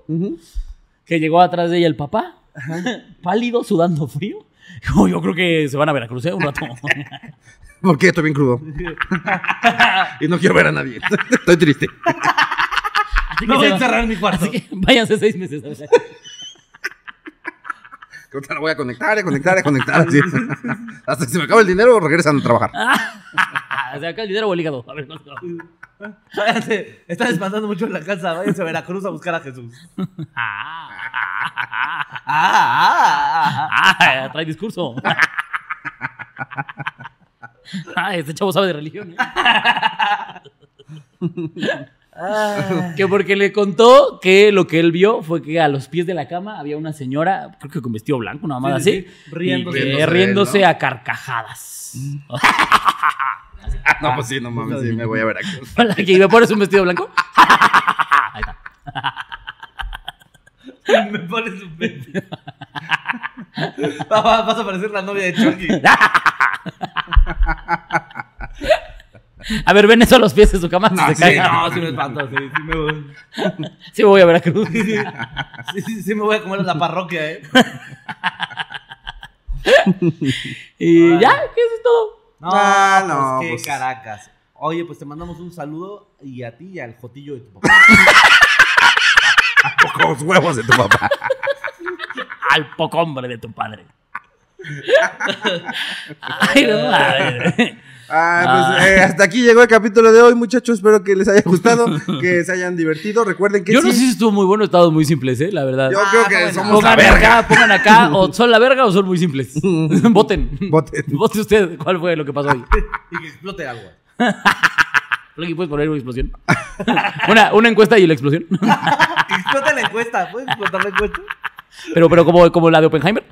D: que llegó atrás de ella el papá, pálido, sudando frío. Dijo, yo creo que se van a Veracruz ¿eh? un rato.
B: ¿Por qué? Estoy bien crudo. Y no quiero ver a nadie. Estoy triste.
D: Así
G: No
D: que
G: voy
D: se
G: a
D: va-
G: encerrar en mi cuarto.
D: Así que váyanse seis meses. a Veracruz.
B: Ahorita la voy a conectar, a conectar, a conectar. así. Hasta que se me acaba el dinero, regresan a trabajar.
D: Ah, se acá el dinero o el hígado. A ver, no, no.
G: Váyanse, están espantando mucho en la casa. Váyanse a Veracruz a buscar a Jesús. Ah, ah, ah, ah.
D: Ah, trae discurso. Ah, este chavo sabe de religión. ¿eh? Que porque le contó que lo que él vio fue que a los pies de la cama había una señora, creo que con vestido blanco, una mamada
G: Sí, sí,
D: así,
G: sí, riéndose.
B: Riéndose
D: y que
B: de él,
D: riéndose
B: ¿no?
D: a carcajadas.
G: Mm.
B: No, pues sí, no mames, sí, me voy a ver aquí.
D: Para que me pones un vestido blanco.
G: Me pones un pete. Va- va- Vas a parecer la novia de Chucky.
D: A ver, ven eso a los pies de su cama. si se
G: Sí,
D: cae.
G: no, sí me espanto. Sí, sí me voy.
D: Sí, me voy a Veracruz.
G: Sí, sí, sí me voy a comer en la parroquia, eh.
D: Y
G: Órale.
D: ya, que eso es todo.
G: No,
B: Ah,
G: pues
B: no,
G: qué
B: pues.
G: Caracas. Oye, pues te mandamos un saludo y a ti y al jotillo de tu papá.
B: Pocos huevos de tu papá.
D: al poco hombre de tu padre. Ay, no mames.
B: Ah, pues, eh, hasta aquí llegó el capítulo de hoy, muchachos. Espero que les haya gustado, que se hayan divertido. Recuerden que
D: Yo
B: sí,
D: no sé si estuvo muy bueno, estados muy simples, ¿eh? La verdad.
B: yo creo que
G: bueno.
B: somos la
D: Pongan
B: verga.
D: acá, pongan acá, o son la verga o son muy simples. Voten.
B: Voten.
D: Vote usted cuál fue lo que pasó hoy.
G: y que explote algo.
D: Lucky, ¿puedes poner una explosión? Una, una encuesta y la explosión.
G: Que explote la encuesta. ¿Puedes explotar la encuesta?
D: Pero, pero como, como la de Oppenheimer.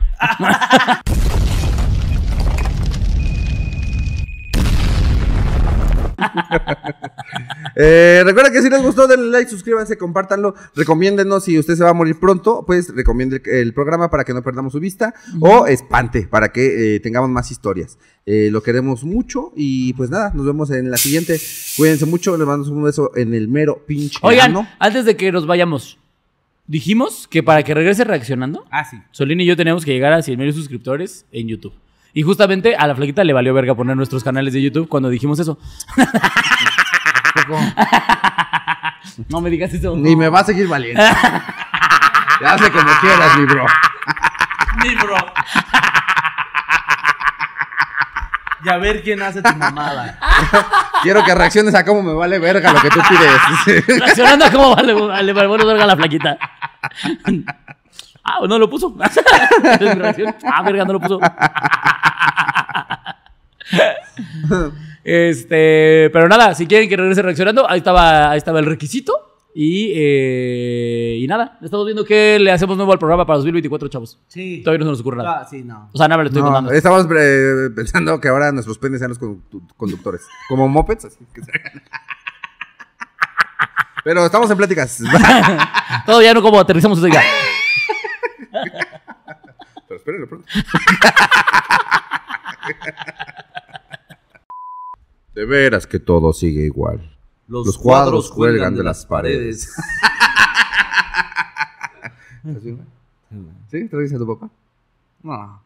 B: Eh, recuerden que si les gustó, denle like, suscríbanse, compártanlo, recomiéndenos si usted se va a morir pronto, pues recomiende el, el programa para que no perdamos su vista o espante para que eh, tengamos más historias. Eh, lo queremos mucho y pues nada, nos vemos en la siguiente. Cuídense mucho, les mando un beso en el mero pinche.
D: Oigan,
B: ano.
D: antes de que nos vayamos, dijimos que para que regrese reaccionando,
G: Ah, sí.
D: Solín y yo teníamos que llegar a 100 mil suscriptores en YouTube. Y justamente a la flaquita le valió verga poner nuestros canales de YouTube cuando dijimos eso. no me digas eso.
B: ni me va a seguir valiendo. ya hace como quieras, mi bro.
G: Mi bro. Y a ver quién hace tu mamada.
B: Quiero que reacciones a cómo me vale verga lo que tú pides.
D: Reaccionando a cómo vale, vale, vale, bueno, verga la flaquita. Ah, no lo puso. Entonces, mi reacción, ah, verga, no lo puso. Este, pero nada, si quieren que regrese reaccionando, ahí estaba, ahí estaba el requisito. Y, eh, y nada, estamos viendo que le hacemos nuevo al programa para 2024, chavos.
G: Sí.
D: Todavía no se nos ocurre nada.
G: Ah, sí, no.
D: O sea, nada me lo estoy
B: No,
D: contando.
B: estamos eh, pensando que ahora nuestros penes sean los condu- conductores. Como mopeds, así que se- Pero estamos en pláticas.
D: Todavía no como aterrizamos esa idea.
B: Pero espérenlo pronto. De veras que todo sigue igual. Los, cuadros, cuelgan de las paredes. ¿Sí? ¿Te lo dice tu papá? No.